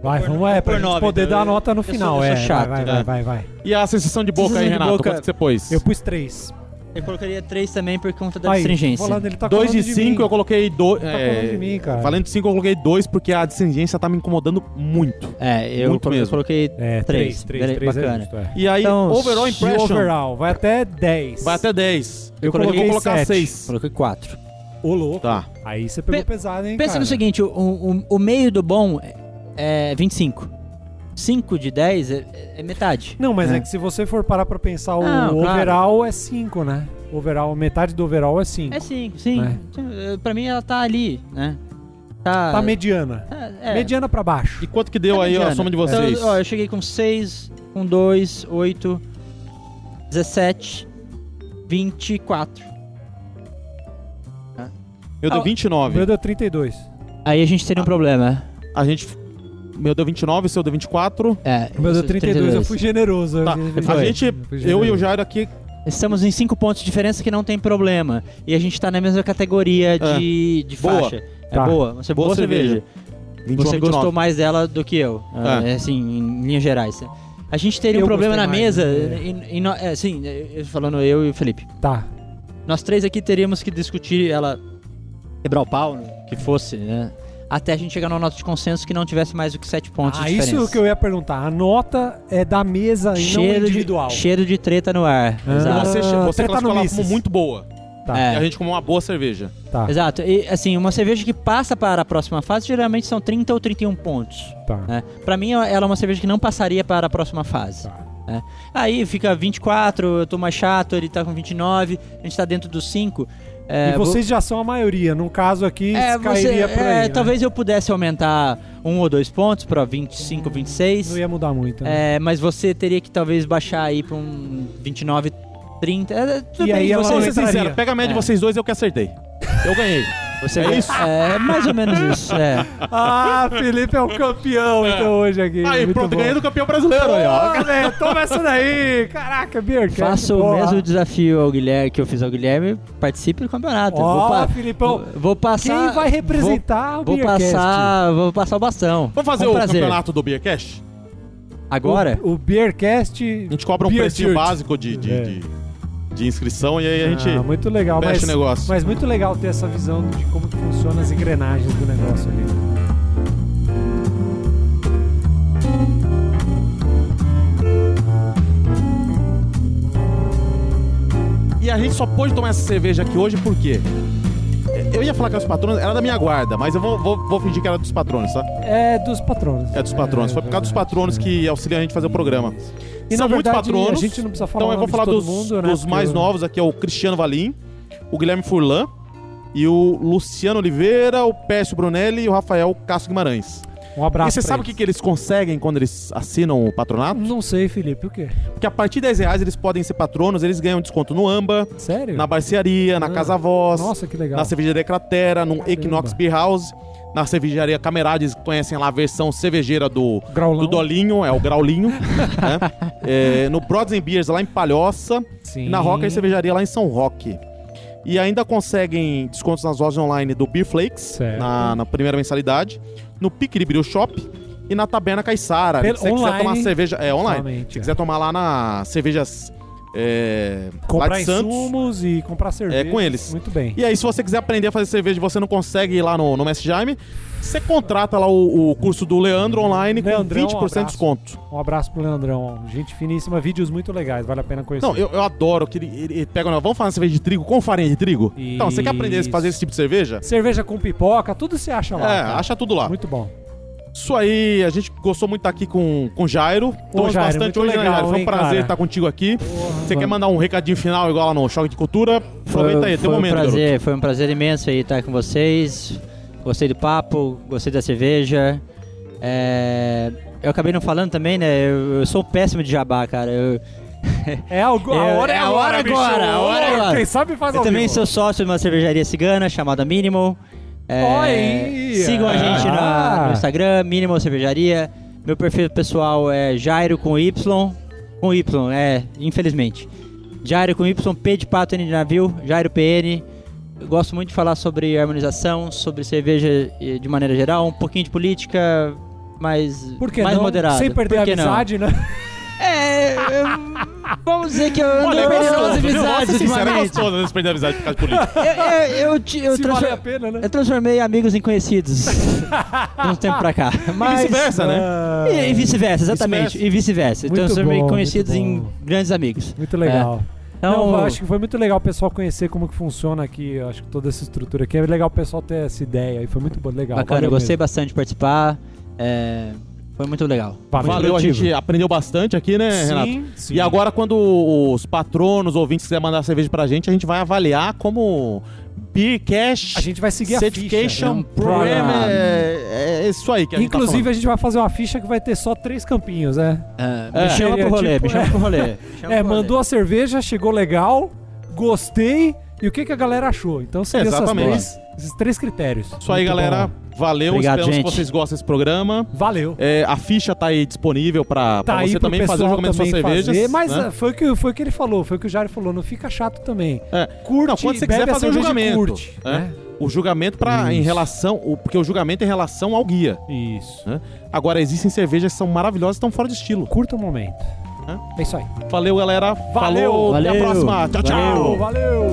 Speaker 2: Vai,
Speaker 3: por-
Speaker 2: vamos é, pra
Speaker 3: por
Speaker 2: gente
Speaker 3: nove,
Speaker 2: poder
Speaker 3: então
Speaker 2: dar a
Speaker 3: eu-
Speaker 2: nota no
Speaker 3: eu sou-
Speaker 2: final.
Speaker 3: eu sou
Speaker 2: é,
Speaker 3: chato,
Speaker 2: vai, vai,
Speaker 1: né?
Speaker 2: vai, vai, vai.
Speaker 1: E a sensação de boca
Speaker 3: Sensação
Speaker 1: aí,
Speaker 3: de
Speaker 1: Renato,
Speaker 3: boca-
Speaker 1: quanto que você pôs?
Speaker 2: Eu pus 3.
Speaker 3: Eu colocaria 3 também por conta da
Speaker 2: Aí,
Speaker 3: astringência.
Speaker 2: colando, ele tá
Speaker 1: 2
Speaker 2: colando
Speaker 1: de 5
Speaker 2: mim.
Speaker 1: eu coloquei é, 2.
Speaker 2: Tá colando de mim, cara.
Speaker 1: Valendo 5 eu coloquei 2 porque a discendência tá me incomodando muito.
Speaker 3: É, eu
Speaker 1: Muito
Speaker 3: colo-
Speaker 1: mesmo.
Speaker 3: coloquei
Speaker 2: É, 3,
Speaker 3: 3,
Speaker 2: 3, 3
Speaker 3: bacana.
Speaker 2: é justo, é.
Speaker 1: E aí,
Speaker 3: Então,
Speaker 1: overall
Speaker 3: se
Speaker 1: impression
Speaker 2: overall, vai até 10.
Speaker 1: vai até 10.
Speaker 2: Eu
Speaker 1: vou
Speaker 2: coloquei
Speaker 1: colocar
Speaker 2: sete.
Speaker 1: 6.
Speaker 3: Coloquei 4.
Speaker 2: Ô, louco.
Speaker 1: Tá.
Speaker 2: Aí você pegou
Speaker 3: Pe-
Speaker 2: pesado, hein,
Speaker 3: Pensa
Speaker 2: cara?
Speaker 3: no seguinte, o, o- o meio do bom é é 25. 5 de 10 é, é metade.
Speaker 2: Não, mas é.
Speaker 3: É.
Speaker 2: que se você for parar pra pensar, o
Speaker 3: Não, claro.
Speaker 2: overall é 5, né? Overall, metade do overall é 5.
Speaker 3: É 5, sim.
Speaker 2: É.
Speaker 3: Então, eh, Pra mim ela tá ali, né? Tá,
Speaker 2: Tá mediana.
Speaker 3: tá- é.
Speaker 2: Mediana pra baixo.
Speaker 1: E quanto que deu
Speaker 3: Tá
Speaker 1: aí ó, a
Speaker 3: mediana.
Speaker 1: soma de
Speaker 3: Então,
Speaker 1: vocês?
Speaker 3: ó, eu cheguei com 6, com 2, 8, 17, 24.
Speaker 1: Meu deu
Speaker 2: O meu
Speaker 3: ó,
Speaker 1: 29.
Speaker 2: deu 32.
Speaker 3: Aí a gente teria um problema.
Speaker 1: A gente. Meu deu 29, o seu deu 24.
Speaker 3: É,
Speaker 2: O meu deu 32, eu fui generoso. eu
Speaker 1: Tá.
Speaker 2: fui-
Speaker 1: A
Speaker 3: Foi.
Speaker 1: gente, eu e o
Speaker 2: fui generoso.
Speaker 1: Jairo aqui,
Speaker 3: Estamos em 5 pontos de diferença que não tem problema. E a gente tá na mesma categoria de, de
Speaker 1: É. Boa.
Speaker 3: faixa.
Speaker 2: Tá.
Speaker 3: É boa, você
Speaker 1: Boa
Speaker 3: boa, cerveja.
Speaker 1: cerveja. 21,
Speaker 3: Você
Speaker 1: 29.
Speaker 3: gostou mais dela do que eu,
Speaker 1: É.
Speaker 3: é, assim, em linhas gerais. A gente teria
Speaker 2: Ah. Eu
Speaker 3: um problema na
Speaker 2: gostei mais,
Speaker 3: mesa,
Speaker 2: né?
Speaker 3: e- e nó- é, assim, eu- falando eu e o Felipe.
Speaker 2: Tá.
Speaker 3: Nós três aqui teríamos que discutir ela quebrar o pau, né, que fosse, né? Até a gente chegar numa nota de consenso que não tivesse mais do que sete pontos
Speaker 2: Ah,
Speaker 3: de diferença.
Speaker 2: isso que eu ia perguntar. A nota é da mesa e não
Speaker 3: cheiro
Speaker 2: individual.
Speaker 3: De, cheiro de treta no ar.
Speaker 2: Ah.
Speaker 1: Então
Speaker 3: Exato.
Speaker 1: Você, você
Speaker 2: Ah, treta
Speaker 1: classificou
Speaker 2: no
Speaker 1: ela
Speaker 2: Mises.
Speaker 1: como muito boa.
Speaker 2: Tá.
Speaker 1: E a
Speaker 3: É,
Speaker 1: gente comeu uma boa cerveja.
Speaker 2: Tá.
Speaker 3: Exato. E assim, uma cerveja que passa para a próxima fase geralmente são 30 ou 31 pontos.
Speaker 2: Tá.
Speaker 3: Né? Para mim, ela é uma cerveja que não passaria para a próxima fase.
Speaker 2: Tá.
Speaker 3: né? Aí fica 24, eu tô mais chato, ele tá com 29, a gente tá dentro dos 5. É,
Speaker 2: e
Speaker 3: vou-
Speaker 2: vocês já são a maioria. Num caso aqui,
Speaker 3: é, você-
Speaker 2: cairia por
Speaker 3: é,
Speaker 2: aí. né?
Speaker 3: Talvez eu pudesse aumentar um ou dois pontos para 25,
Speaker 2: Não
Speaker 3: 26.
Speaker 2: ia mudar muito. né?
Speaker 3: é, mas você teria que talvez baixar aí pra um 29, 30. É, tudo
Speaker 2: E
Speaker 3: bem,
Speaker 2: aí ela
Speaker 3: você,
Speaker 1: Vamos
Speaker 2: entraria.
Speaker 1: ser sincero, pega a média de
Speaker 3: É.
Speaker 1: vocês dois, eu que acertei. Eu ganhei.
Speaker 3: você
Speaker 1: é isso?
Speaker 3: É, mais ou menos isso. É.
Speaker 2: Ah, Felipe é o campeão então hoje aqui.
Speaker 1: Aí,
Speaker 2: Muito
Speaker 1: pronto,
Speaker 2: bom.
Speaker 1: ganhei do campeão brasileiro aí, ó.
Speaker 2: Porra, velho, toma essa daí! Caraca, Bier,
Speaker 3: Faça o mesmo desafio ao Guilherme que eu fiz ao Guilherme, participe do campeonato.
Speaker 2: Ó,
Speaker 3: vou, pa-
Speaker 2: Filipão,
Speaker 3: vou passar.
Speaker 2: Quem vai representar o
Speaker 3: Vou, vou
Speaker 2: Beercast?
Speaker 3: passar. Vou passar o bastão.
Speaker 1: Vamos fazer
Speaker 3: Com
Speaker 1: o
Speaker 3: Um prazer.
Speaker 1: campeonato do Beer Cash?
Speaker 3: Agora?
Speaker 2: O, o Beercast.
Speaker 1: A gente cobra um
Speaker 2: Beer
Speaker 1: precinho
Speaker 2: Dirt.
Speaker 1: básico de, de,
Speaker 2: É.
Speaker 1: de, de inscrição e aí a gente
Speaker 2: Ah, muito legal,
Speaker 1: fecha
Speaker 2: mas,
Speaker 1: o negócio.
Speaker 2: mas muito legal ter essa visão de como que funciona as engrenagens do negócio ali.
Speaker 1: E a gente só pôde tomar essa cerveja aqui hoje por quê? Eu ia falar que era dos patronos, era da minha guarda, mas eu vou, vou, vou fingir que era dos patronos, tá?
Speaker 2: É dos patronos.
Speaker 1: É dos patronos. Foi por causa dos patronos que auxiliam a gente a fazer o programa.
Speaker 2: E
Speaker 1: São
Speaker 2: na
Speaker 1: muitos
Speaker 2: verdade,
Speaker 1: patronos.
Speaker 2: A gente não precisa falar
Speaker 1: Então eu vou
Speaker 2: o nome de
Speaker 1: falar
Speaker 2: todo
Speaker 1: dos,
Speaker 2: mundo, né,
Speaker 1: dos
Speaker 2: porque
Speaker 1: mais
Speaker 2: eu-
Speaker 1: novos aqui, é o Cristiano Valim, o Guilherme Furlan e o Luciano Oliveira, o Pécio Brunelli e o Rafael Castro Guimarães.
Speaker 2: Um abraço.
Speaker 1: e você
Speaker 2: pra
Speaker 1: sabe o que,
Speaker 2: eles.
Speaker 1: que eles conseguem quando eles assinam o patronato?
Speaker 2: Não sei, Felipe, o quê?
Speaker 1: Porque a partir de 10 reais eles podem ser patronos, eles ganham desconto no AMBA,
Speaker 2: Sério?
Speaker 1: na barcearia, na
Speaker 2: Ah,
Speaker 1: Casa Voz,
Speaker 2: Nossa, que legal.
Speaker 1: na cervejaria Cratera, no
Speaker 2: Caramba.
Speaker 1: Equinox Beer House, na cervejaria Camerades, conhecem lá a versão cervejeira do,
Speaker 2: Graulão.
Speaker 1: do Dolinho, é o Graulinho. né? é, no Brothers and Beers, lá em Palhoça.
Speaker 2: Sim.
Speaker 1: E na Rocker Cervejaria, lá em São Roque. E ainda conseguem descontos nas lojas online do Beer Flakes,
Speaker 2: Certo.
Speaker 1: na, na primeira mensalidade, no Pique de Brew Shop e na Taberna Caissara.
Speaker 2: Pelo-
Speaker 1: Se você quiser
Speaker 2: online,
Speaker 1: tomar cerveja... É, online.
Speaker 2: Somente,
Speaker 1: Se
Speaker 2: é.
Speaker 1: quiser tomar lá na Cervejas... É, lá
Speaker 2: Comprar
Speaker 1: de Santos. É,
Speaker 2: insumos e comprar cerveja.
Speaker 1: com eles.
Speaker 2: Muito bem.
Speaker 1: E aí, se você quiser aprender a fazer cerveja e você não consegue ir lá no, no Mestre Jaime, você contrata lá o, o curso do Leandro online
Speaker 2: Leandrão, um
Speaker 1: com 20% de
Speaker 2: abraço.
Speaker 1: desconto.
Speaker 2: Um abraço pro Leandrão. Gente finíssima, vídeos muito legais, vale a pena conhecer.
Speaker 1: Não, eu, eu adoro que ele, ele, ele pega. Vamos fazer cerveja de trigo com farinha de trigo? Então, você quer aprender a
Speaker 2: Isso.
Speaker 1: fazer esse tipo de cerveja?
Speaker 2: Cerveja com pipoca, tudo se acha lá.
Speaker 1: é,
Speaker 2: cara.
Speaker 1: acha tudo lá.
Speaker 2: Muito bom.
Speaker 1: Isso aí, a gente gostou muito de estar aqui com, com o Jairo. Estamos
Speaker 2: Jairo,
Speaker 1: bastante
Speaker 2: muito
Speaker 1: hoje, né,
Speaker 2: legal,
Speaker 1: Jairo? Foi um
Speaker 2: hein,
Speaker 1: prazer
Speaker 2: cara?
Speaker 1: estar contigo aqui. Você quer
Speaker 3: Vamos.
Speaker 1: mandar um recadinho final, igual lá no Choque de Cultura? Aproveita aí, tem um
Speaker 3: foi
Speaker 1: momento,
Speaker 3: um
Speaker 1: garoto.
Speaker 3: prazer, Foi um prazer imenso aí estar com vocês. Gostei do papo, gostei da cerveja. É, Eu acabei não falando também, né? Eu, eu sou péssimo de jabá, cara. Eu,
Speaker 2: É, algo- a
Speaker 3: É,
Speaker 2: hora é,
Speaker 3: é a
Speaker 2: agora,
Speaker 3: hora
Speaker 2: bicho.
Speaker 3: agora, a hora é agora.
Speaker 2: Quem sabe faz
Speaker 3: eu
Speaker 2: ao
Speaker 3: também
Speaker 2: vivo.
Speaker 3: sou sócio de uma cervejaria cigana chamada Minimal. É,
Speaker 2: Olha!
Speaker 3: Sigam a gente na-
Speaker 2: Ah!
Speaker 3: no Instagram, Minimal Cervejaria. Meu perfil pessoal é Jairo com Y. Com Y, é, infelizmente. Jairo com Y, P de pato, N de navio, Jairo PN. Eu gosto muito de falar sobre harmonização, sobre cerveja eh, de maneira geral, um pouquinho de política, mas
Speaker 2: Por que
Speaker 3: mais
Speaker 2: não?
Speaker 3: moderado.
Speaker 2: Sem perder a
Speaker 3: Por que não?
Speaker 2: amizade, né?
Speaker 3: É, eu- vamos dizer que eu ando
Speaker 1: Olha,
Speaker 3: perdendo
Speaker 1: gostoso,
Speaker 3: umas
Speaker 1: viu?
Speaker 3: amizades
Speaker 1: Nossa, sincero, é
Speaker 3: ultimamente.
Speaker 1: gostoso, às vezes, perder a amizade por causa de política.
Speaker 3: Eu, eu, eu, te- eu É
Speaker 2: se
Speaker 3: transfor-
Speaker 2: vale a pena, né?
Speaker 3: eu transformei amigos em conhecidos de um tempo pra cá. Mas...
Speaker 1: vice-versa, né?
Speaker 2: Ah,
Speaker 3: E, e vice-versa, exatamente.
Speaker 1: Vice-versa.
Speaker 3: E vice-versa. Eu
Speaker 2: Muito
Speaker 3: transformei
Speaker 2: bom,
Speaker 3: conhecidos
Speaker 2: muito
Speaker 3: em
Speaker 2: bom.
Speaker 3: grandes amigos.
Speaker 2: Muito legal.
Speaker 3: Então,
Speaker 2: Não, eu acho que foi muito legal o pessoal conhecer como que funciona aqui, eu acho que toda essa estrutura aqui. É legal o pessoal ter essa ideia e foi muito bom, legal.
Speaker 3: bacana. Eu
Speaker 2: valeu
Speaker 3: gostei
Speaker 2: mesmo.
Speaker 3: bastante de participar. é, foi muito legal.
Speaker 2: Valeu,
Speaker 3: Muito
Speaker 1: Valeu, a
Speaker 3: produtivo.
Speaker 1: gente aprendeu bastante aqui, né, Renato?
Speaker 2: Sim, sim.
Speaker 1: E agora, quando os patronos, ouvintes quiserem mandar cerveja pra gente, a gente vai avaliar como Beer Cash
Speaker 2: a gente vai seguir a ficha.
Speaker 1: Certification
Speaker 3: né?
Speaker 1: Program.
Speaker 3: Programa.
Speaker 1: É, é isso aí que a gente
Speaker 2: Inclusive,
Speaker 1: tá
Speaker 2: a gente vai fazer uma ficha que vai ter só três campinhos, né?
Speaker 3: É,
Speaker 1: É.
Speaker 3: Me chama pro
Speaker 2: Seria
Speaker 3: rolê,
Speaker 2: tipo-
Speaker 3: me chama pro um rolê.
Speaker 2: É, mandou a cerveja, chegou legal, gostei. E o que, que a galera achou? Então seguiu essas
Speaker 1: Exatamente.
Speaker 2: três, esses três critérios.
Speaker 1: Isso aí,
Speaker 2: Muito
Speaker 1: galera.
Speaker 2: bom.
Speaker 1: Valeu,
Speaker 3: Obrigado,
Speaker 1: esperamos
Speaker 3: gente.
Speaker 1: que vocês gostem desse programa.
Speaker 2: Valeu.
Speaker 1: É, a ficha tá aí disponível pra, pra
Speaker 2: Tá aí
Speaker 1: você
Speaker 2: pro
Speaker 1: também
Speaker 2: pessoal
Speaker 1: fazer o julgamento das
Speaker 2: também
Speaker 1: suas cervejas.
Speaker 2: fazer, mas
Speaker 1: né?
Speaker 2: ah, foi, o que, foi o que ele falou, foi o que o Jairo falou, não fica chato também.
Speaker 1: É.
Speaker 2: Curte,
Speaker 1: Não, quando você
Speaker 2: bebe
Speaker 1: quiser
Speaker 2: a
Speaker 1: fazer o
Speaker 2: cerveja e
Speaker 1: julgamento.
Speaker 2: curte,
Speaker 1: né? O julgamento pra, em
Speaker 2: Isso.
Speaker 1: relação. o- porque o julgamento é em relação ao guia.
Speaker 2: né? Isso.
Speaker 1: né? Agora, existem cervejas que são maravilhosas e estão fora de estilo.
Speaker 2: Curta o momento.
Speaker 1: Hã?
Speaker 2: É isso aí.
Speaker 1: Valeu, galera.
Speaker 2: Valeu.
Speaker 1: Falou. Até a
Speaker 3: Valeu.
Speaker 1: próxima. Tchau, tchau.
Speaker 3: Valeu.
Speaker 2: Valeu!